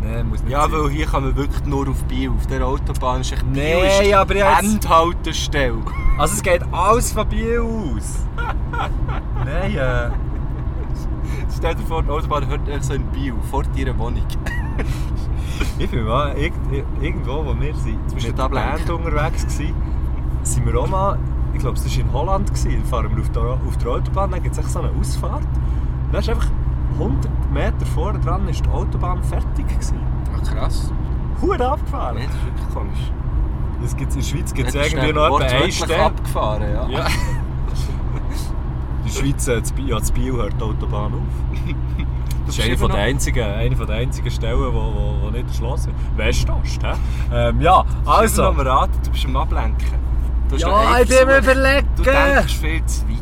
Nein, muss nicht Ja, sein. weil hier kann man wirklich nur auf Biel. Auf der Autobahn ist echt Biel Nein, ist aber die jetzt- Endhaltestelle. Also es geht alles von Biel aus. Nein, äh... Stell dir vor, die Autobahn hört echt so in Biel, vor deiner Wohnung. Ich bin mal irgend- irgendwo, wo wir sind, bist mit du da der Band blank. unterwegs gewesen, sind wir auch mal, ich glaube, es war in Holland, gewesen, da fahren wir auf der, auf der Autobahn, dann gibt es so eine Ausfahrt. Dann ist einfach 100 Meter vorne dran ist die Autobahn fertig gewesen. Ach, krass. Hut abgefahren. Nein, das ist wirklich komisch. Es gibt's, in der Schweiz gibt es Jetzt ist irgendwie der noch etwa eine wortwörtlich Stelle. abgefahren, ja. Ja. Die Schweiz, äh, das Bi- ja, das Biel hört die Autobahn auf. Das ist ist eine eben von der noch- einzigen, eine von der einzigen Stellen, die wo, wo, wo nicht erschlossen ist. Westost, hä? Ähm, ja, also... Also. Ich raten, du bist am Ablenken. Du hast noch Ja, einen ich bin mir Versuch. Du überlegen. denkst viel zu weit.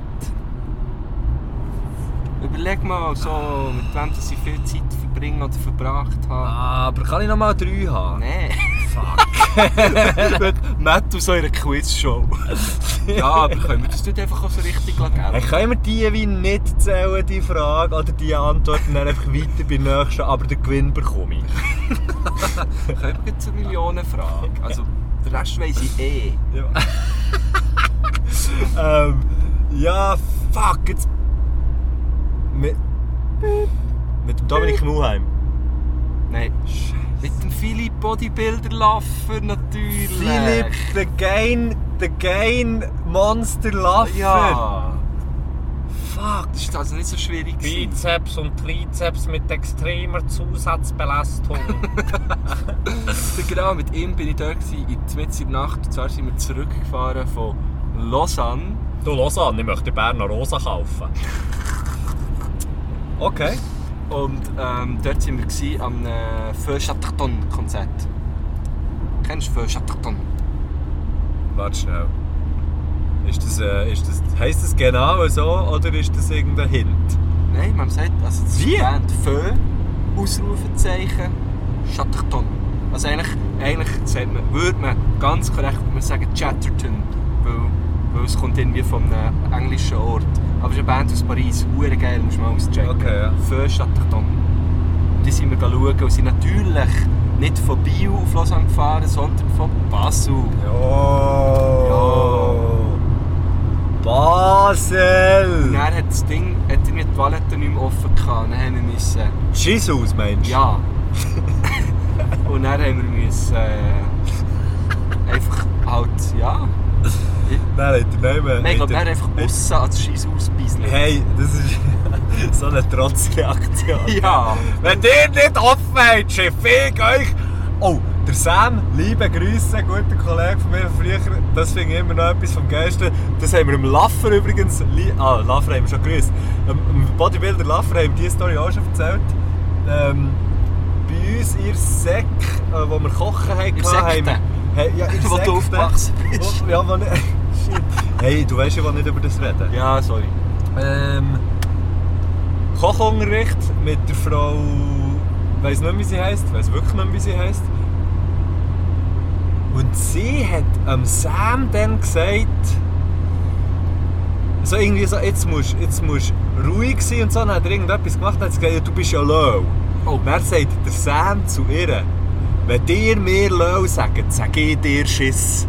Überleg mal, so, mit wem dass ich viel Zeit verbringen oder verbracht habe. Aber kann ich nochmal drei haben? Nein. Matt aus eurer Quiz-Show. Ja, aber können wir das nicht einfach auch so richtig geben? Dann Äh, können wir die wie nicht zählen, die Frage oder die Antwort, und dann einfach weiter beim nächsten, aber den Gewinn bekomme ich. Können wir jetzt eine Millionenfrage? Also, den Rest weiss ich eh. Ja. ähm, ja, fuck, jetzt... Mit... Mit dem Dominik Muheim. Nein. Mit dem Philipp Bodybuilder Laffer natürlich. Philipp, the Gain, the Gain Monster Laffer. Ja. Fuck. Das war also nicht so schwierig. gewesen. Bizeps und Trizeps mit extremer Zusatzbelastung. Genau, mit ihm bin ich da gewesen, in der Mitte der Nacht. Und zwar sind wir zurückgefahren von Lausanne. Du, Lausanne, ich möchte Berner Rosa kaufen. Okay. Und ähm, dort waren wir gewesen am äh, Feu Chatterton Konzert. Kennst du Feu Chatterton? Warte schnell. Ist das, äh, ist das, heisst das genau so oder ist das irgendein Hint? Nein, man sagt, also das Wie? Band Fö, Ausrufezeichen, Chatterton. Also eigentlich, eigentlich sagt man, würde man ganz korrekt würde man sagen Chatterton, weil, weil es kommt irgendwie von einem englischen Ort. Aber es ist eine Band aus Paris, hure geil, musst du mal auschecken. Okay, ja. Feu Chatterton. Und die sind wir schauen und sind natürlich nicht von Biel auf Lausanne gefahren, sondern von Basel. Jo. Basel! Und dann hat das Ding, hat irgendwie die Toilette nicht mehr offen gehabt, dann haben wir müssen... Jesus, Mensch. Ja. und dann haben wir müssen, äh, einfach halt, ja. Nein, Leute, nein, man. Nein, ich glaube, er hat einfach aussen als Scheiß ausbeißen. Hey, das ist so eine Trotzreaktion. Ja. Wenn ihr nicht offen habt, fick euch! Oh, der Sam, liebe Grüße, guter Kollege von mir von früher, das finde ich immer noch etwas vom Geisten. Das haben wir im Laffer übrigens, li- ah, Laffer haben wir schon grüßt. Im im Bodybuilder Laffer haben wir diese Story auch schon erzählt. Ähm, bei uns ihr Säck, äh, wo wir kochen haben, Sekte. haben wir- Hey, ja, in Wo du Sekte. aufgewachsen bist. Wo- Ja, wo nicht. Shit. Hey, du weißt, ich will nicht über das reden. Ja, sorry. Ähm, Kochunterricht mit der Frau. weiß nicht, mehr, wie sie heißt. weiß wirklich nicht, mehr, wie sie heißt. Und sie hat am Sam dann gesagt. So irgendwie so, jetzt musst du jetzt musst du ruhig sein und so. Dann hat er irgendetwas gemacht und hat sie gesagt, ja, du bist ja Löw. Oh. Und er sagt der Sam zu ihr, wenn dir mir Löw sagt, sag ich dir Schiss.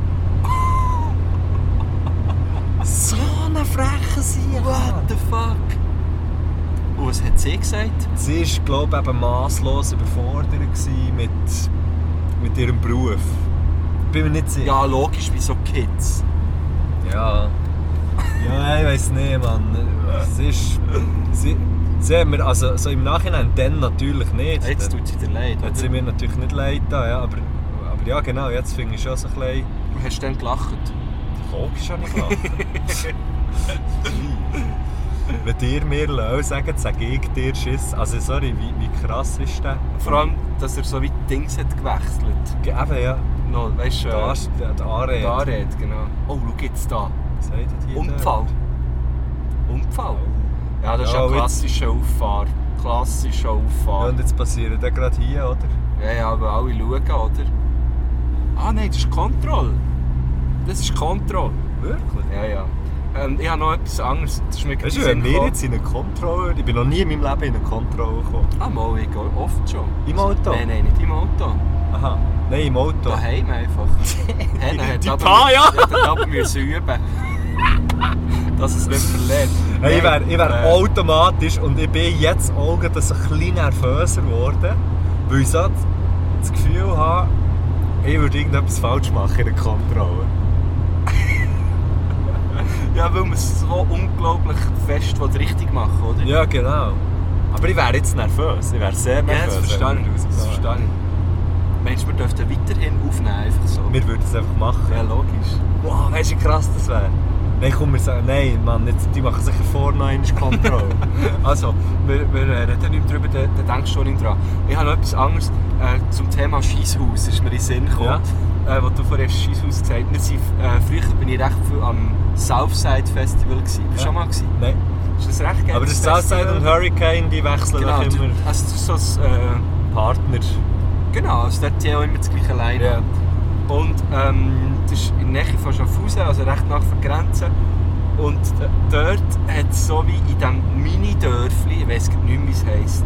so eine freche Sache. What the fuck? Und was hat sie gesagt? Sie war, glaube ich, eben masslos überfordert gewesen mit, mit ihrem Beruf. Bin mir nicht sicher. Ja, logisch, wie so Kids. Ja, ja ich weiß nicht, Mann. Es ist. Sie, sie hat mir, also so im Nachhinein dann natürlich nicht. Jetzt Dann tut sie dir leid, hat sie oder? mir natürlich nicht leid da, ja, aber, aber ja genau, jetzt finde ich schon so ein bisschen. Du hast dann gelacht. Logisch habe ich gelacht. Wenn dir mir Löw sagt, sage ich dir Schiss. Also sorry, wie, wie krass ist der? Vor allem, dass er so weit Dings hat gewechselt. Ge- Eben ja. No, weißt du, äh, Da ist der Are. die Anrede, genau. Oh, schau jetzt da. Unfall. Unfall. Ja, das Ja, ist jetzt- ein klassischer Auffahrt. Klassischer Ja, Auffahrt. und jetzt passiert der gerade hier, oder? Ja, ja, aber alle schauen, oder? Ah nein, das ist Kontroll. Das ist Kontroll. Wirklich? Ja, ja. Ähm, ich habe noch etwas anderes. Das ist mir Weißt in du, den Sinn wenn wir gekommen. jetzt in eine Kontrolle. Ich bin noch nie in meinem Leben in eine Kontrolle gekommen. Ah, mal, ich gehe oft schon. Im Auto? Nein, nein, nicht im Auto. Aha. Nein, im Auto. Daheim einfach. Henne hat Die aber- Paja! hat aber müssen üben. Dass es nicht verletzt. Hey, ich wäre Nein, ich wär äh, automatisch und ich bin jetzt auch gerade so ein bisschen nervöser geworden, weil ich so das Gefühl habe, ich würde irgendetwas falsch machen in der Kontrolle. Ja, weil wir es so unglaublich fest wollen richtig machen, oder? Ja, genau. Aber ich wäre jetzt nervös. Ich wäre sehr Ja, nervös. das verstehe ich. Das verstehe ich. Meinst du, wir dürften weiterhin aufnehmen, einfach so? Wir würden es einfach machen. Ja, logisch. Wow, weißt du, wie krass das wäre? Nein, komm, wir sagen, nein, Mann, jetzt, die machen sicher vorne noch einmal Control. Also, wir, wir äh, reden nicht mehr darüber, da, da denkst du schon nicht dran. Ich habe noch etwas anderes äh, zum Thema Scheisshaus, ist mir in den Sinn gekommen. Äh, wo du vorher Scheisshaus gesagt hast. Wir sind, äh, früher bin ich recht viel am Southside Festival. Gewesen. Bist du Ja. schon mal? Gewesen? nein. Ist das recht geil? Aber das Southside und Hurricane, die wechseln Genau, doch immer du, also, du so das, äh, Partner. Genau, also dort sind auch immer das gleiche Leid. Ja. Und ähm, das ist in der Nähe von Schaffhausen, also recht nach der Grenze. Und d- dort hat es so wie in diesem Mini-Dörfli, ich weiß nicht mehr, wie es heisst.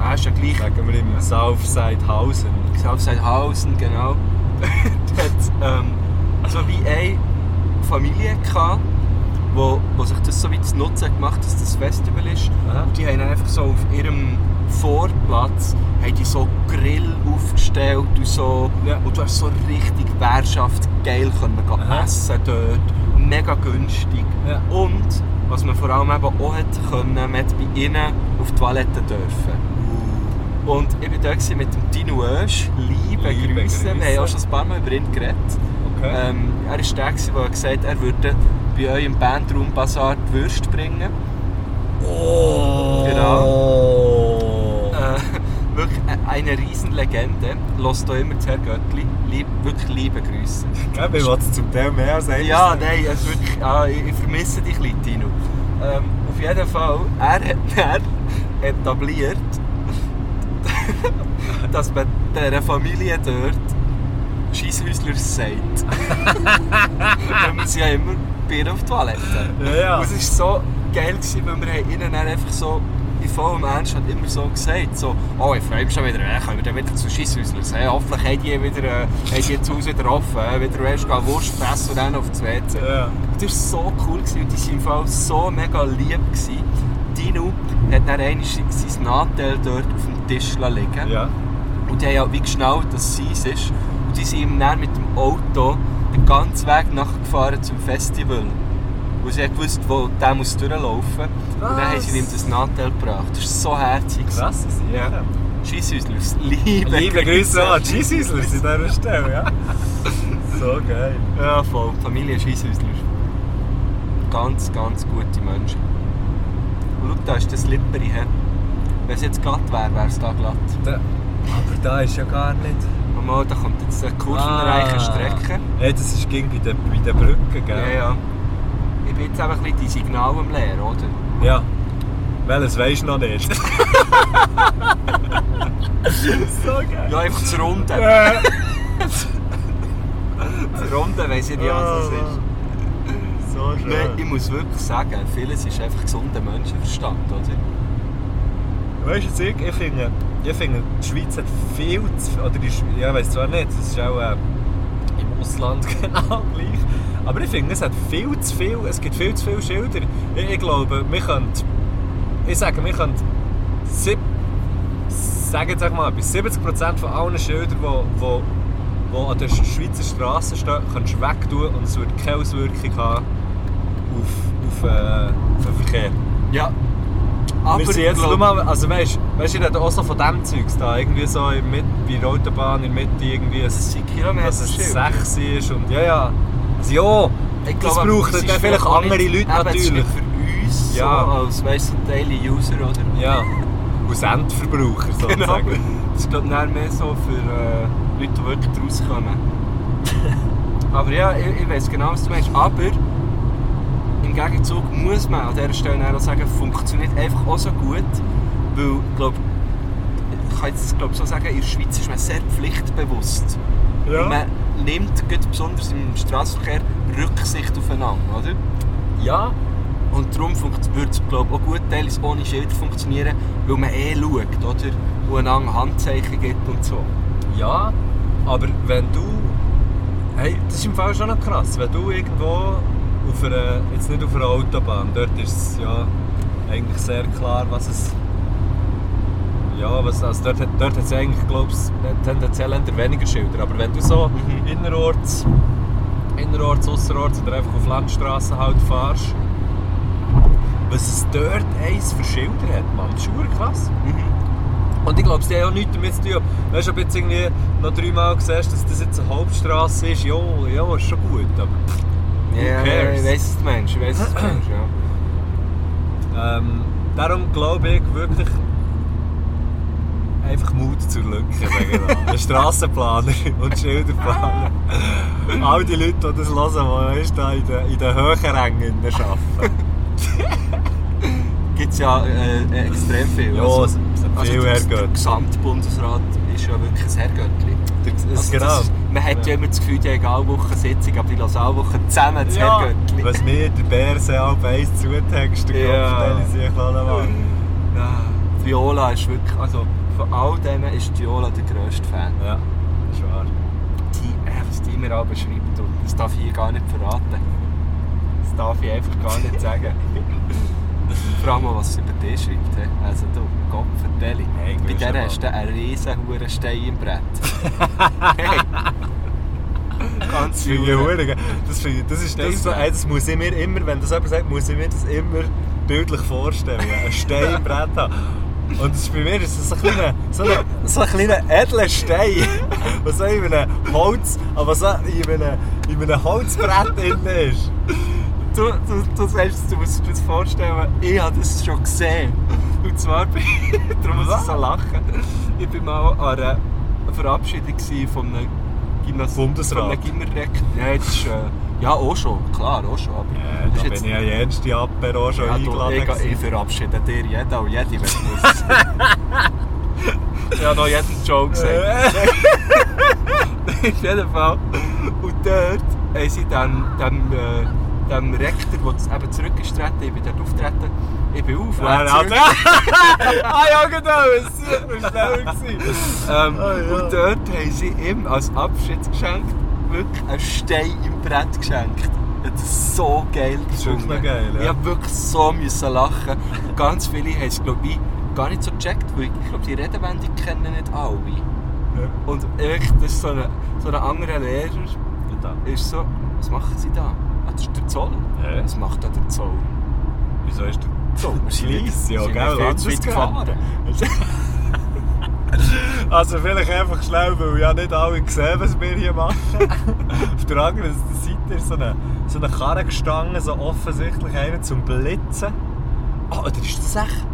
Ah, ist ja gleich. Sagen wir im Southside Hausen. Salfseithausen, genau. dort hat ähm, so wie eine Familie gehabt, wo, wo sich das so wie zu Nutzen gemacht hat, dass das Festival ist. Aha. Und die haben dann einfach so auf ihrem Vorplatz haben die so Grill aufgestellt und so. Ja. Und du hast so richtig Währschaft geil können gehen Aha. essen dort. Mega günstig. Ja. Und was man vor allem eben auch hat können, man hat bei ihnen auf die Toilette dürfen. Und ich war da gewesen mit dem Tino Oesch. Liebe, Liebe Grüße. Wir haben auch Grüße. schon ein paar Mal über ihn geredet. Okay. Ähm, er war der, gewesen, der gesagt hat, er würde bei euch im Bandraum Bazaar die Würste bringen. oh. Genau. Äh, wirklich eine- eine Riesenlegende. Lasst euch immer das Herr Göttli. Lieb, wirklich liebe Grüße. Ich will es zum Teil mehr sagen. Ja, nein, es ist wirklich, ah, ich, ich vermisse dich, ein bisschen, Tino. Ähm, auf jeden Fall, er hat dann etabliert, dass man dieser Familie dort Scheisshäusler sagt. Weil wir sind ja immer Bier auf die Toilette. Ja, Und es war so geil, gewesen, weil wir haben ihnen dann einfach so in vollem Ernst halt immer so gesagt, so, oh, ich freue mich schon wieder, äh, können wir dann wieder zu Scheisshäuslers, hey, hoffentlich haben die wieder, äh, haben die das Haus wieder offen, äh, wieder erst gehen Wurst fressen und dann auf das WC. Ja. Und Das war so cool gewesen, und die waren im Fall so mega lieb. Gewesen. Dino hat dann einmal sein Nadel dort auf dem Tisch liegen lassen. ja. Und die haben halt wie geschnallt, dass es seins ist. Und die sind ihm dann mit dem Auto den ganzen Weg nachgefahren zum Festival. Weil sie haben gewusst, wo der muss durchlaufen muss. Und dann haben sie ihm das Nadel gebracht. Das war so herzig. Krass, das ist Ja. ja. Scheisshäuslers. Liebe, Liebe Grüße an Cheesehäuslers an dieser Stelle, ja. So geil. Ja, voll. Die Familie Scheisshäusler. Ganz, ganz gute Menschen. Und schau, da ist das Lipperi. hä? Wenn es jetzt glatt wäre, wäre es da glatt. Da, aber da ist ja gar nicht... Mal, da kommt jetzt eine kurvenreiche Ah. Strecke. Hey, das ist ging bei den, bei den Brücken, Ja, gell? ja. Ich bin jetzt einfach ein bisschen die Signale am Lehren, oder? Ja. Welches weisst du noch nicht? so geil. Ja, einfach zu runden. Äh, Zu runden weiss ich nicht, was das Ah. ist. So schön. Nein, ich muss wirklich sagen, vieles ist einfach gesunder Menschenverstand, oder? Weißt du, ich, ich finde, ich finde, die Schweiz hat viel zu oder die, Sch- ja, ich weiss zwar nicht, das ist auch äh, im Ausland genau gleich, aber ich finde, es hat viel zu viel, es gibt viel zu viele Schilder. Ich, ich glaube, wir können, ich sage, wir können sieb, sagen jetzt mal, bis 70% von allen Schildern, die, die, die an der Sch- Schweizer Straße stehen, kannst du wegtun und es würde keine Auswirkung haben auf, auf, äh, auf den Verkehr Ja. wir Aber sind jetzt glaub- nur mal, also weißt du, ich rede auch so von dem Zeugs da, irgendwie so im Mit bei der Autobahn in der Mitte irgendwie, ein, Das sind Kilometer dass es Schild. 6 ist und ja, ja. Also ja, Ich das glaub, aber braucht es ist dann vielleicht auch andere nicht- Leute eben, es ist natürlich. nicht für uns, Ja. Genau. so als weißt du, Daily User, oder? Ja, aus Endverbraucher Genau. sozusagen. Das ist glaub ich, dann mehr so für äh, Leute, die wirklich rauskommen. Aber ja, ich, ich weiß genau, was du meinst. Aber im Gegenzug muss man an dieser Stelle dann auch sagen, funktioniert einfach auch so gut, weil ich glaube, ich kann jetzt glaub, so sagen, in der Schweiz ist man sehr pflichtbewusst. Und man nimmt gerade besonders im Straßenverkehr Rücksicht aufeinander, oder? Ja, Und darum würde es glaub, auch gut teils ohne Schild funktionieren, weil man eh schaut, oder? Und einander Handzeichen gibt und so. ja, aber wenn du, hey, das ist im Fall schon noch krass, wenn du irgendwo auf einer, jetzt nicht auf einer Autobahn, dort ist es ja eigentlich sehr klar, was es Ja, was, also dort, hat- dort hat es eigentlich, glaube ich, tendenziell eher weniger Schilder. Aber wenn du so innerorts, innerorts, ausserorts oder einfach auf Landstraßen halt fährst, was es dort eins für Schilder hat, Mann, das ist verdammt krass. Und ich glaube, es hat auch nichts damit zu tun. Weißt du, ob jetzt irgendwie noch dreimal siehst, dass das jetzt eine Hauptstraße ist, ja, ja, ist schon gut. Aber Ja, cares? ich weiss, was du meinst. Ich weiss, was du meinst, ja. ähm, darum glaube ich wirklich, einfach Mut zur Lücke. sagen wir mal. Der Strassenplaner und Schilderplaner. All die Leute, die das hören, die weißt, da in den, in den höheren Rängen arbeiten. Gibt es ja äh, äh, extrem viel. Ja, es also, sind also der- viele Der Herrgötter. Gesamtbundesrat ist ja wirklich ein Herrgöttli. Das, Also genau. das ist- man hat ja. Ja. immer das Gefühl, die haben alle Wochen Sitzung, aber die lassen alle Wochen zusammen das ja, Herrgöttli. was mir der Bärse auf eins zutext, der Ja. Kopf, den ich lassen Ja, Viola ist wirklich, also von all denen ist Viola der grösste Fan. Ja, ist wahr. die, äh, was die mir alle schreibt, und das darf ich hier gar nicht verraten. Das darf ich einfach gar nicht sagen. Vor allem, was sie über dich schreibt. he. Also du, Gott vertelle. Hey, Bei grüß der dich, hast du einen riesen huren Stein im Brett. hey. Ganz Das finde ich viel. verdammt geil. das, finde ich, das ist das, Stein- ist so, ey, das muss ich mir immer, wenn das jemand sagt, muss ich mir das immer bildlich vorstellen. Ein Steinbrett haben. Und das ist bei mir ist das so ein kleiner, so ein, so ein kleiner edler Stein, der so in einem Holz, aber so in einem, in einem Holzbrett drin ist. Du, du, du sagst, du musst dir das vorstellen, ich habe das schon gesehen. Und zwar, bin ich- darum muss ich so lachen, ich war mal an einer Verabschiedung gewesen von einem Gymnasium. Bundesrat. eh, Von einem Gimmerrektor. Nein, das war äh, Ja, auch schon, klar, auch schon. Aber Äh, da bin ich ja jenste Apero schon ja, du, eingeladen. ich, gewesen. ich verabschiede dir jeden und jede, wenn du musst. ich habe noch jeden Joke gesagt. Eh. Auf jeden Fall. Und dort haben Äh, sie dem, dem, äh, dem Rektor, der jetzt eben zurückgestritten ich bin dort auftreten, ich bin auf. und Ah, er ja, zurück- Ah ja, genau, es war schneller. gewesen. Ähm, Ah, ja. Und dort haben sie ihm als Abschiedsgeschenk wirklich einen Stein im Brett geschenkt. Ich hab Das so geil ist wirklich noch geil, ja. Ich habe wirklich so müssen lachen. Und ganz viele haben es, glaube ich, gar nicht so gecheckt, weil ich glaube, die Redewendung kennen nicht alle. Und echt, das ist so ein so ein anderer Lehrer, ist so, was machen sie da? Ah, das ist der Zoll. Hä? Was macht da der Zoll? Wieso ist der Zoll, Schleiss, ja, gell? viel zu weit Landesgrenze. gefahren. Also vielleicht einfach schnell, weil ja nicht alle sehen, was wir hier machen. Auf der anderen Seite eh, ist so eine, so eine Karre gestanden, so offensichtlich einer zum Blitzen. Ah, oder ist das echt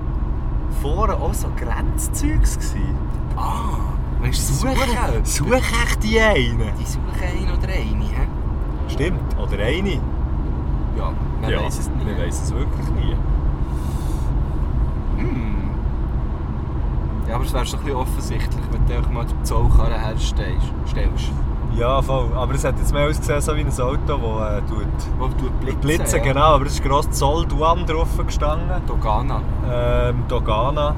vorne auch so Grenzzeugs gewesen? Ah, weißt du, Such- Suche. Such echt die einen. Die suchen einen oder eine, hä? Stimmt, oder eine. Ja, man Ja, weiss es nicht. Man weiss es wirklich nie. Ja, aber es wäre schon ein bisschen offensichtlich, wenn du einfach mal den Zollkarren herstellst, stellst, Ja, voll. Aber es hat jetzt mehr ausgesehen so wie ein Auto, das äh, tut wo du blitzen. blitzen, ja. genau. Aber es ist gross Zoll-Duam drauf gestanden. Dogana. ähm, Dogana.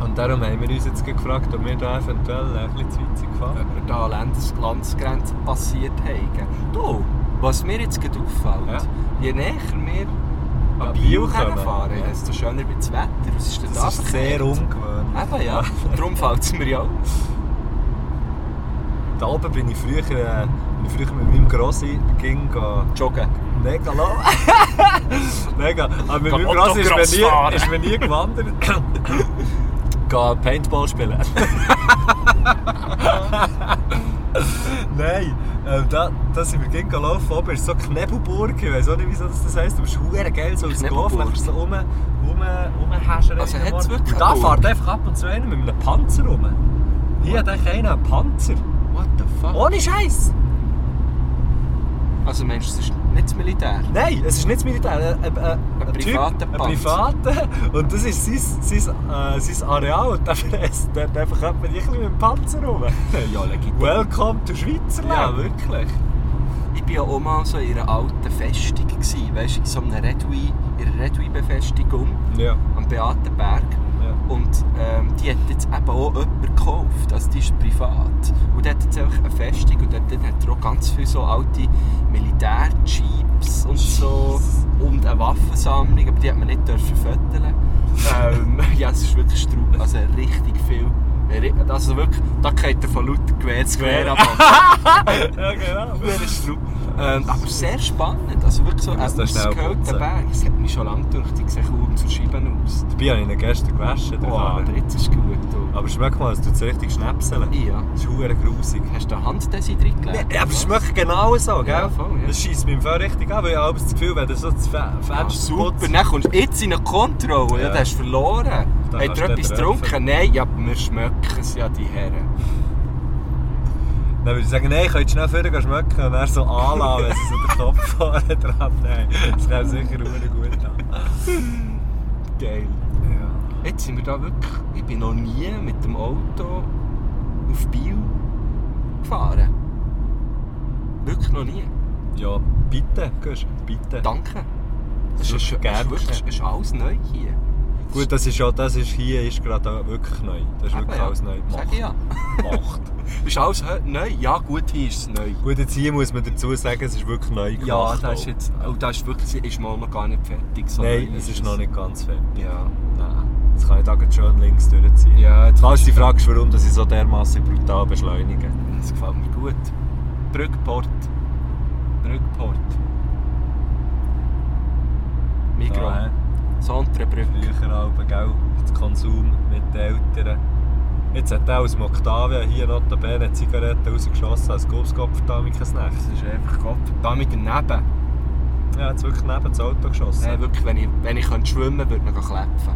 Und darum haben wir uns jetzt gefragt, ob wir da eventuell ein bisschen zu weit sind gefahren. Wenn wir da an Landes Landesgrenze passiert haben. Du, was mir jetzt gerade auffällt, Ja. je näher wir An an Biel Äh, Biel kommen. fahren, Ja. desto schöner wird das Wetter. Was ist um- denn da Das ist sehr verkehrt? ungewöhnlich. Eben ja, darum fällt es mir ja auf. Da oben bin ich früher, äh, bin ich früher mit meinem Grossi ging gehen- Joggen. Mega low. Mega. Ah, Aber mit Gehen meinem Grossi ist Autocross man fahren. nie, ist man nie gewandert. Gehen Paintball spielen. Nein, ähm, da, da sind wir gegen gelaufen, oben ist so Knebelburg, ich weiß auch nicht, wieso das das heisst, aber es ist verdammt geil, so aufs Dorf, Knebelburg. dann kannst du so rum, rum, rumhäschern. Also hat's wirklich Und da eine fährt einfach ab und zu einer mit einem Panzer rum. Hier hat eigentlich einer einen Panzer. What the fuck? Ohne Scheiß! Oh, Also meinst du, das ist nicht das Militär? Nein, es ist nicht das Militär, äh, ein, ein, ein, Ein Typ, privater ein Panzer. privater. Und das ist sein, sein, äh, sein Areal und der fräst dort einfach jemand ein bisschen mit dem Panzer rum. Ja, legitim. Welcome to Ja, Schweizerland! wirklich. Ich war ja auch mal so in einer alten Festung, gewesen, weißt du, in so einer Redui, in einer Redui-Befestigung Ja. am Beatenberg. Ja. Und ähm, die hat jetzt eben auch jemand gekauft, also die ist privat. Und die hat jetzt einfach eine Festung und dort drin hat er auch ganz viele so alte Militär-Jeeps und so. Und eine Waffensammlung, aber die hat man nicht dürfen föteln. ähm, ja, es ist wirklich straub, also richtig viel. Also wirklich, da geht er von lauter Gewehr zu Gewehr ab. ja, genau. Huere Strupp. Ähm, aber sehr spannend. Also wirklich so ein muss da schnell ausgehöhlter putzen. Berg. Es hat mich schon lange gedacht, ich sehe kaum zur Scheibe aus. Dabei habe ich ihn gestern gewaschen. Oh, Wow. aber jetzt ist es gut. du. Aber schmeck mal, es tut es richtig schnäpseln. Ja. Das ist verdammt grusig. Hast du eine Hand drin gelegt? Ja, aber es schmeckt genau so, gell? Ja, voll, ja. Das schießt mir im Fall richtig an, weil ich habe das Gefühl, wenn du so das Fe- Ah, Fenster super, putzt- dann kommst du jetzt in eine Kontrolle. Ja, Ja. du hast verloren. Da Hat kannst er du etwas nicht treffen. getrunken? Nein, ja, aber wir schmecken es ja, die Herren. Dann würde ich sagen, nein, ich könnte schnell vorher gehen schmecken und dann so anlassen, wenn sie so den Kopf vorne dran Nein, das kommt sicher verdammt gut an. Geil. Ja. Jetzt sind wir da wirklich... Ich bin noch nie mit dem Auto auf Biel gefahren. Wirklich noch nie. Ja, bitte, gehst du? Bitte. Danke. Das Es ist, ist ist, gern ist, wirklich- es ist alles neu hier. Gut, das ist ja, das ist hier ist gerade auch wirklich neu. Das ist Eben, wirklich ja. alles neu. Sag ich ja. Macht. Es ist alles hö- neu. Ja, gut, hier ist es neu. Gut, jetzt hier muss man dazu sagen, es ist wirklich neu gemacht. Ja, das ist auch. jetzt. Oh, das ist wirklich. Ist mal noch gar nicht fertig. So Nein, neu es ist noch nicht ganz fertig. Ja. Nein. Jetzt kann ich da gerade schön links durchziehen. Ja, jetzt Falls du dich fragst, warum dass ich so dermaßen brutal beschleunige. Das gefällt mir gut. Brückport. Brückport. Mikro. Da, Ja, hä? Sonderbrücke. Früher Alben, gell? Das Konsum mit den Eltern. Jetzt hat er aus dem Octavia hier notabene Zigaretten rausgeschossen als Gubskopf-Damikensnack. Das ist einfach Gott. Da mit daneben. Er hat es wirklich neben das Auto geschossen. Nein, wirklich, wenn ich, wenn ich könnte schwimmen könnte, würde ich kläpfen.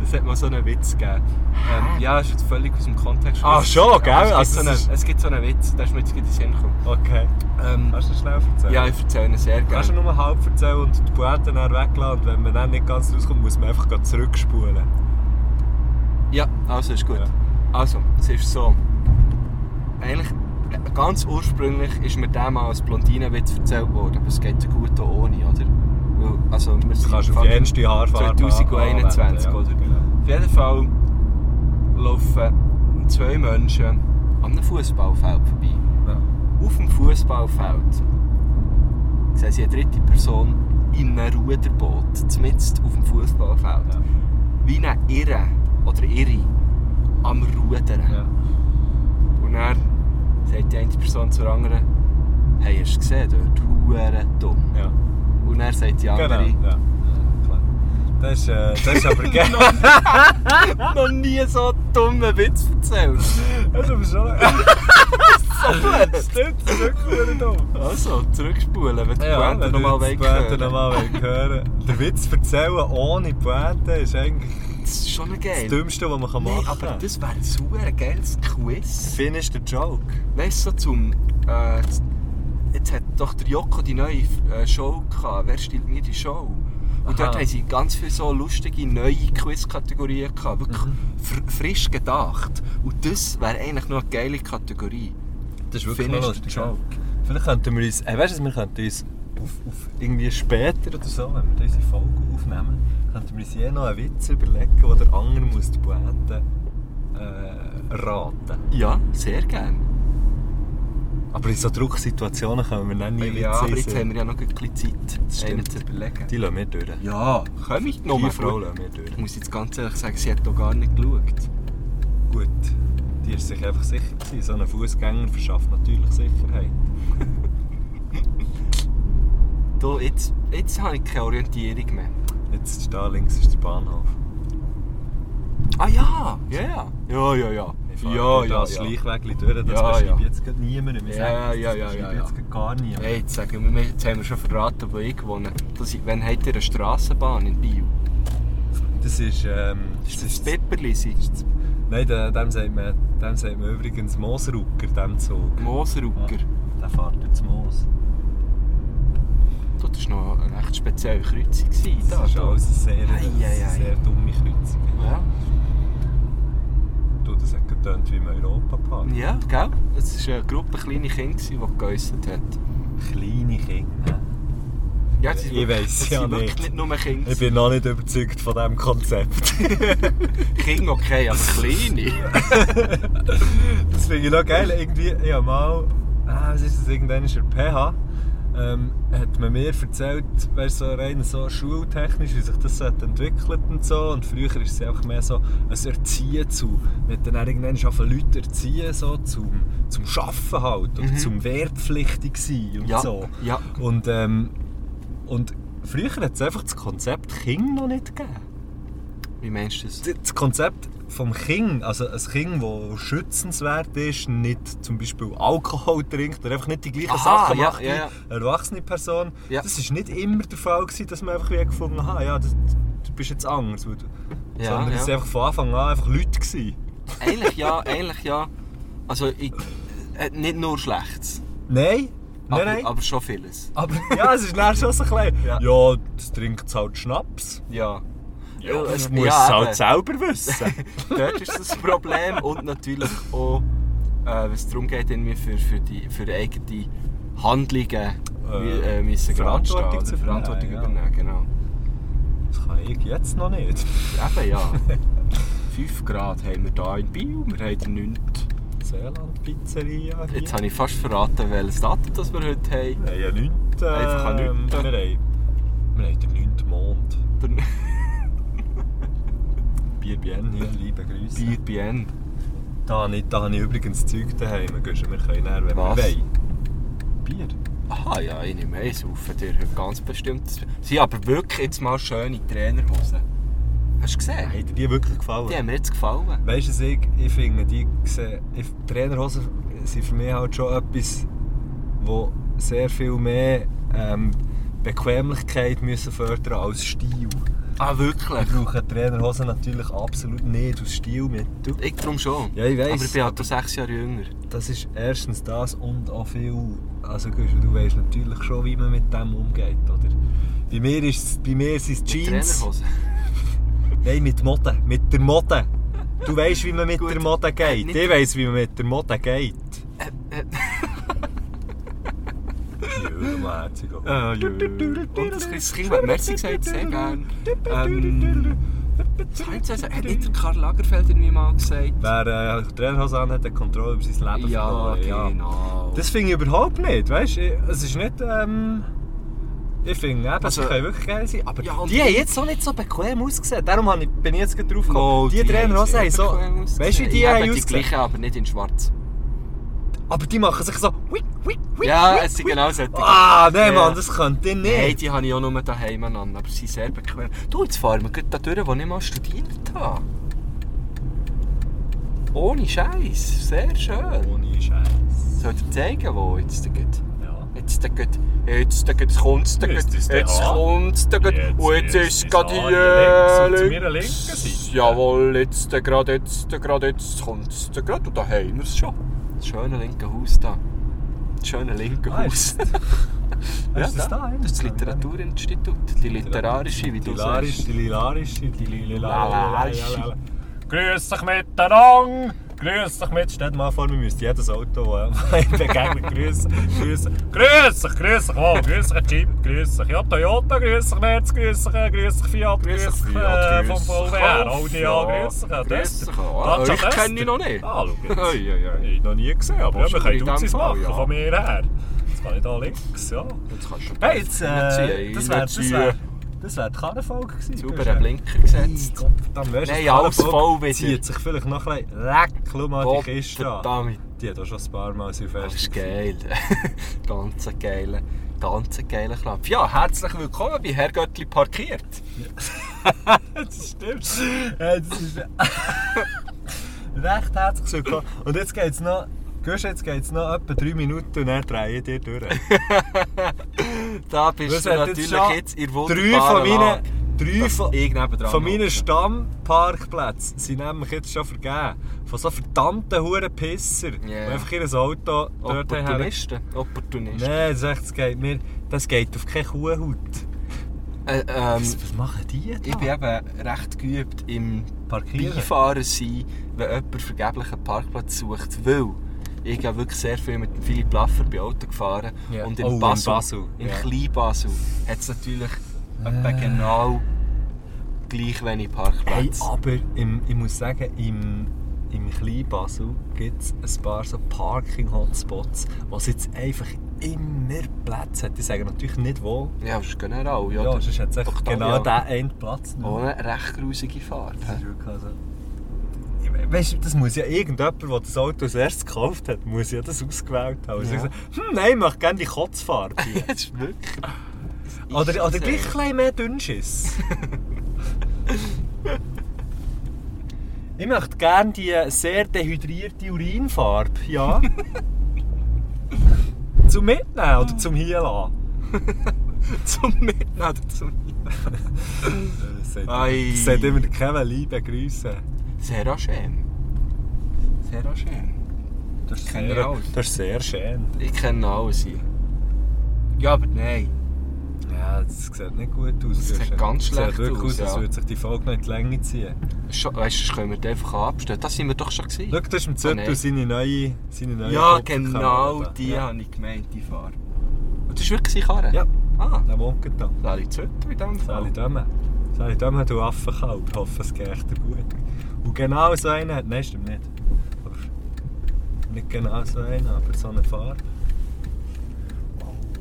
das Es hat mal so einen Witz gegeben. Ähm, ja, ist jetzt völlig aus dem Kontext. Ah, schon, gell? Aber Es Also, gibt, das so einen, es gibt so einen Witz, der ist mir jetzt gerade in den Sinn gekommen. Okay. Ähm, Kannst du das schnell erzählen? ja, ich erzähle ihn sehr gerne. Kannst du nur halb erzählen und die Poeten dann weglassen. Und wenn man dann nicht ganz rauskommt, muss man einfach gerade zurückspulen. Ja, also ist gut. Ja. Also, es ist so. Eigentlich, äh, ganz ursprünglich ist mir der mal als Blondinenwitz erzählt worden, aber es geht ja gut auch ohne, oder? Weil, also, wir Du sind kannst auf fast- die ernste Haarfarbe 2021, anwenden, oder? Auf jeden Fall laufen zwei Menschen an einem Fußballfeld vorbei. Auf dem Fußballfeld sehen sie eine dritte Person in einem Ruderboot, zumindest auf dem Fußballfeld. Ja. Wie eine Irre oder Irre am Rudern. Ja. Und dann sagt die eine Person zur anderen: Hey, hast du gesehen, dort? Hure dumm. Ja. Und dann sagt die Ja. andere: Genau. Ja. Ja, klar. Das ist, äh, das ist aber geil. noch nie so einen dummen Witz erzählt. Das ist aber schon... Das stimmt, das ist wirklich wieder dumm. Also, zurückspulen, wenn die ja, Pointe wenn nochmal ihr die Pointe hören nochmal wollt hören Der Witz erzählen ohne Pointe ist eigentlich Das ist schon geil. das Dümmste, was man Nein, machen kann. aber das wäre ein super geiles Quiz. Finish the joke. Weißt du, so zum... Äh, z- jetzt hat doch der Joko die neue äh, Show gehabt. Wer stellt mir die Show? Und Aha. dort haben sie ganz viele so lustige neue Quiz-Kategorien gehabt. Wirklich Mhm. fr frisch gedacht. Und das wäre eigentlich noch eine geile Kategorie. Das ist Finish the ja. joke. Vielleicht könnten wir uns, äh, weißt du, was, wir könnten uns auf, auf irgendwie später oder so, wenn wir unsere Folge aufnehmen, könnten wir uns je noch einen Witz überlegen, wo der andere muss die Pointe äh, raten. Ja, sehr gerne. Aber in so Drucksituationen können wir dann nie Witze Ja, aber jetzt einsehen. haben wir ja noch ein bisschen Zeit, Das stimmt. einen zu überlegen. Die lassen wir durch. Ja, komm ich noch Die mal Frau Frau lassen wir durch. Ich muss jetzt ganz ehrlich sagen, sie hat doch gar nicht geschaut. Gut, die ist sich einfach sicher gewesen. So ein Fußgänger verschafft natürlich Sicherheit. Du, jetzt, jetzt habe ich keine Orientierung mehr. Jetzt ist da links ist der Bahnhof. Ah ja, ja, ja. Ja, ja, ja. Ich fahre Ja, durch ja, das ja. Schleichweg durch, das Ja, beschreibt ja. jetzt gerade niemand. Ja, Wir sagen jetzt, ja, das ja, beschreibt ja, ja. jetzt gerade gar niemand. Hey, jetzt, sagen wir, jetzt haben wir schon verraten, wo ich gewohnt habe. Wann habt ihr eine Strassenbahn in Bio? Das ist... Ähm, das Das ist Pepperlisi, nein, dem, dem, sagt man, dem sagt man übrigens Moosrucker, dem Zug. Moosrucker. Der fährt durch das Moos. Du, Das war noch eine recht spezielle Kreuzung. gewesen, Das ist da. alles eine sehr, äh, Ei, ei, ei. sehr dumme Kreuzung. Ja, Du, das hat getönt wie im Europapark. ja gell? Es war eine Gruppe kleine Kinder, gewesen, die geäussert hat. Kleine Kinder. ne? Ja, das Ich wirklich- weiss das ja sind wirklich nicht nicht. nur Kinder. Ich bin noch nicht überzeugt von diesem Konzept. Kinder okay, aber kleine. Das finde ich noch geil. Irgendwie, ich habe mal, ah, was ist das, irgendwann ist er PH, ähm, hat man mir erzählt, weißt, so rein so schultechnisch, wie sich das so hat entwickelt und so. Und früher ist es einfach mehr so ein Erziehen zu, man hat dann auch irgendwann angefangen, Leute erziehen, so zum, zum Schaffen halt, oder zum wehrpflichtig sein und Mhm. Ja, so. ja. Und, ähm, und früher hat es einfach das Konzept Kind noch nicht gegeben Wie meinst du das? das Konzept vom Kind, also ein Kind, das schützenswert ist, nicht zum Beispiel Alkohol trinkt oder einfach nicht die gleichen Aha, Sachen ja, macht ja, ja. wie eine erwachsene Person, Ja. das ist nicht immer der Fall gewesen, dass man einfach wie gefunden hat, ja, das, du bist jetzt anders, weil du, Ja, sondern ja. es waren einfach von Anfang an einfach Leute gewesen. Eigentlich ja, eigentlich ja. Also ich, äh, nicht nur Schlechtes, Nein, nein, aber, nein. aber schon vieles. Aber ja, es ist dann schon so ein bisschen, Ja. ja, das trinkt halt Schnaps. Ja. Ja, das es- muss ja, es halt eben. selber wissen. Dort ist das Problem und natürlich auch, äh, wenn es darum geht, irgendwie für, für, die, für eigene Handlungen wie, äh, müssen Verantwortung geradstehen oder zu übernehmen, Verantwortung ja. übernehmen. Genau. Das kann ich jetzt noch nicht. Eben ja. 5 Grad haben wir hier in Bio, wir haben den 9. Seeland Pizzeria hier. Jetzt habe ich fast verraten, welches Datum das wir heute haben. Wir haben ja nichts. Äh, Einfach auch nichts. Wir haben, wir haben den 9. Mond. Der- Bier Bien hier, liebe Grüße. Bier Bien. Da habe ich, da habe ich übrigens Zeug daheim. Gehst du, Wir können näher, wenn Was? wir wollen. Bier? Aha, ja, ich nehme eins auf. Dir heute ganz bestimmt. Sie haben aber wirklich jetzt mal schöne Trainerhosen. Hast du gesehen? Hat dir die wirklich gefallen? Die haben mir jetzt gefallen. Weißt du, was ich, ich finde, die sehen, ich, Trainerhosen sind für mich halt schon etwas, wo ehm, sehr viel mehr ähm, Bequemlichkeit müssen fördern als Stil. Ah, wirklich? Ich brauche Trainerhosen natürlich absolut nicht aus Stilmittel. Ich drum schon. Ja, ich weiss. Aber ich bin halt auch sechs Jahre jünger. Das ist erstens das und auch viel. Also Güsche, du weißt natürlich schon, wie man mit dem umgeht, oder? Bei mir, ist's, bei mir sind es Jeans. Trainerhose. Nein, mit Mode. Mit der Mode. Du weißt, wie man mit Gut. Äh, der Mode geht. Nicht- Äh, Ich weiß, wie man mit der Mode geht. Jürgenherzig. Ah, ja. Oh, Und das kleine Kind hat Merci gesagt, sehr gerne. Ehm, Ähm, was kann ich jetzt sagen? Hat nicht der Karl Lagerfeld irgendwie mal gesagt? Wer äh, Trainerhose an hat, hat Kontrolle über sein Leben Ja, verloren. Ja. nou. genau. Das finde ich überhaupt nicht, weißt du? Es ist nicht. Ähm, ich finde, eben, Also- sie können wirklich geil sein, aber Ja, und- die haben jetzt auch nicht so bequem ausgesehen. Darum hab ich- bin ich jetzt gerade drauf gekommen. Oh, die Trainerhosen haben haben so. sehr bequem Weißt du, wie ausgesehen. die Ja, haben eben die ausgesehen? gleichen, aber nicht in schwarz. Aber die machen sich so. Wick, wick, wick, Ja, wick, es sind wick. genau solche. Ah, nein, Ja. Mann, das könnt ihr nicht. Hey, die habe ich auch nur daheim an, aber sie sind sehr bequem. Du, jetzt fahren wir gerade da durch, wo ich mal studiert habe. Ohne Scheiß, sehr schön. Ohne Scheiß. Soll ich dir zeigen, wo jetzt da geht? Ja. Jetzt da geht, jetzt da geht, jetzt kommt's da geht, Jetzt ist der jetzt A. kommt's da geht, Jetzt und jetzt ist ist das gerade A hier links, und zu meiner links. linken Seite. Jawohl, jetzt da gerade, jetzt da gerade, jetzt kommt's da gerade und da haben wir's schon. Das schöne linke Haus da. Das schöne linke Ah, Haus. ist Ja, ist das da? Das ist das Literaturinstitut, die literarische, wie Die du Larische, sagst. die Lilarische, die Lilarische. Lilarische. Grüß dich miteinander! Grüß dich mit. Steht mal vor, wir müssen jedes Auto äh, begegnen. Grüß grüß Grüß dich, grüß dich wohl. Grüß dich Jeep, grüß dich ja, Toyota, grüß dich Merz, grüß dich, äh, grüß dich Fiat, Grüß grüß dich, dich Fiat, äh, vom grüß dich VWR, Golf, Audi ja. A, grüß dich. äh, Grüß dich, Duster. ah, Dacia euch kenne ich Duster. noch nicht. Ah, schau jetzt. Oi, oi, oi. Ich hab noch nie gesehen, aber ja, wir Wahrscheinlich in können dem Duzis Fall, machen ja. von mir her. Jetzt kann ich da links, ja. Jetzt kannst du Hey, jetzt, äh, Reinziehen, das wäre das wär, reinziehen. das wär die Karnefolge gewesen. Sauberen Blinker gesetzt. Nein, alles voll wieder. Zieht sich vielleicht noch ein bisschen. Leck, schau mal die Kiste an. Verdammt. Die hat auch schon ein paar Mal Das Silvester. ist geil. ganz ein geiler, ganz ein geiler Klapp. Ja, herzlich willkommen bei Herrgöttli parkiert. das stimmt. Hey, das ist... Recht herzlich willkommen. Und jetzt geht's noch... Gehst jetzt geht's noch etwa drei Minuten und dann drehe ich dir durch. Da bist Das du hat jetzt natürlich schon jetzt in der Drei von wunderbaren meinen... Lage, Drei dass von... ich nebendran Von hocke. meinen Stammparkplätzen sind nämlich jetzt schon vergeben. Von so verdammten Hurenpisser, Ja. die einfach ihr Auto dort haben. Opportunisten. Opportunisten. Nein, das, ist echt, das, geht mir, das geht auf keine Kuhhaut. Äh, ähm, was machen die da? ich bin eben recht geübt im Parkieren. Beifahrer sein, wenn jemand vergeblich einen Parkplatz sucht, weil ich habe wirklich sehr viel mit dem Philipp Laffer bei Auto gefahren Ja. und in Oh, in Basel, Äh. Basel, in ja. Klein-Basel, hat es natürlich etwa genau gleich wenig Hey, Parkplätze. aber im, ich muss sagen, im, im Kleinbasel gibt es ein paar so Parking-Hotspots, wo es jetzt einfach immer Platz hat. Ich sage natürlich nicht wo. ja, das ist generell. Ja, Ja, das sonst hat es einfach Octavia. genau diesen einen Platz. nicht. ohne recht grusige Fahrt. Das ist wirklich also... Ich we- Weißt du, das muss ja irgendjemand, der das Auto als erstes gekauft hat, muss ja das ausgewählt haben. Also Ja. ich sage, hm, nein, ich möchte gerne die Kotzfarbe. Das ist wirklich... Oder, oder gleich ein gleich... bisschen mehr Dünnschiss. ich möchte gerne die sehr dehydrierte Urinfarbe, ja. zum Mitnehmen oder zum Hier lassen. Zum Mitnehmen oder zum Ei. Das sollte immer Kevin Lee begrüßen. Sehr schön. Sehr schön. Das kenne ich auch. das ist sehr schön. Ich kenne alles hier. Ja, aber nein. Ja, das sieht nicht gut aus. Das sieht Christian. ganz schlecht sieht wirklich aus, aus, als ja. würde sich die Folge noch in die Länge ziehen. Schon, weißt du, das können wir die einfach abstellen. Das sind wir doch schon Schau, gesehen. das ist im Ah, Zettel nein. seine neue, seine neue Ja, Kupferkamera genau da. die Ja, habe ich gemeint, die Farbe. Und das ist wirklich seine Karre? Ja. Ah, der wohnt da. da liegt es heute in diesem Sally Fall. Dömme. Sally Dömme, du Affenkalb. Ich hoffe, es geht dir gut. Und genau so einen hat... Nein, stimmt nicht. Aber nicht genau so einen, aber so eine Farbe.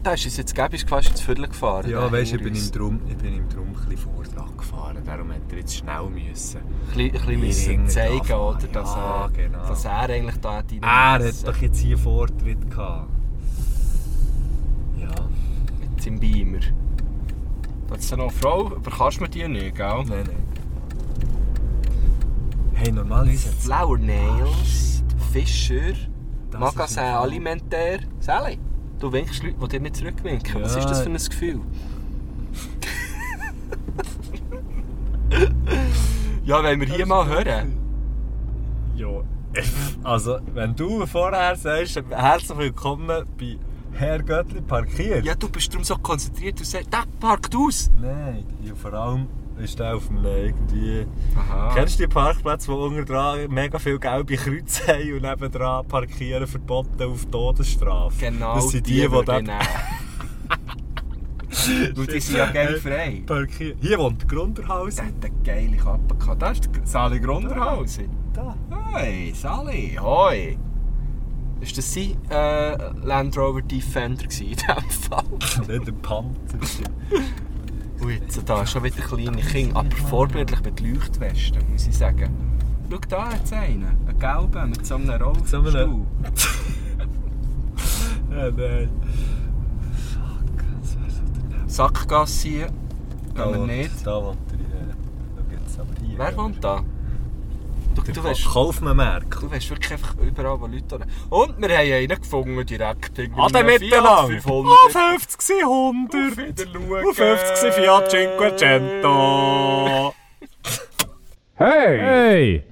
Da ist es jetzt gäbe, ist fast ins Viertel gefahren. Ja, weisst du, ich bin im ihm drum, ich bin ihm drum ein bisschen Vortrag gefahren. Darum hat er jetzt schnell müssen. Ein bisschen Ring müssen zeigen, davon. oder? Dass, Ja, er, genau. dass er eigentlich da hat. rein Er hat müssen. doch jetzt hier Vortritt gehabt. Ja. Mit seinem Beamer. Da ist noch eine Frau, aber kannst du mir die nicht, gell? Nein, nein. Hey, normalerweise hat Flower Nails, Fischer, Das ist Magasin im Fall- Alimentaire. äh, Sally, du winkst Leute, die dir nicht zurückwinken. Was Ja. ist das für ein Gefühl? Ja, wollen wir hier mal hören? Ja. Also, wenn du vorher sagst, herzlich willkommen bei Herr Göttli parkiert. Ja, du bist darum so konzentriert und sagst, der parkt aus. Nein, ja, vor allem ist der auf dem irgendwie. Aha. Kennst du die Parkplätze, die unten dran mega viel gelbe Kreuze haben und nebendran parkieren verboten auf Todesstrafe? Genau das sind die, die, die würden nehmen. Und die sind ja geldfrei. parkieren. Hier wohnt der Grunderhaus. Der hat eine geile Kappe gehabt. Das ist der Sali Grunderhausen. Da. Hoi, Sali, hoi. Ist das sein äh, Land Rover Defender gewesen in diesem Fall? Nicht der Panther. Und jetzt da schon wieder kleine Kinder, aber vorbildlich mit Leuchtwesten, muss ich sagen. Schau, da hat es einen. Einen gelben mit so einem so einem- Rollstuhl. ja, nein. Fuck, das wäre so daneben. Sackgasse hier. Gehen wir wohnt- nicht. Da wohnt er hier. Schau jetzt aber hier. Wer wohnt da? Du, Der du weißt, Kaufmann Merkel. Du weißt wirklich einfach überall, wo Leute da Und wir haben einen gefunden, direkt. irgendwie An den mit einem Fiat Mittelhang. 500. Auf 50 sind 100. Wiederschauen. Auf 50 sind Fiat Cinquecento. Hey!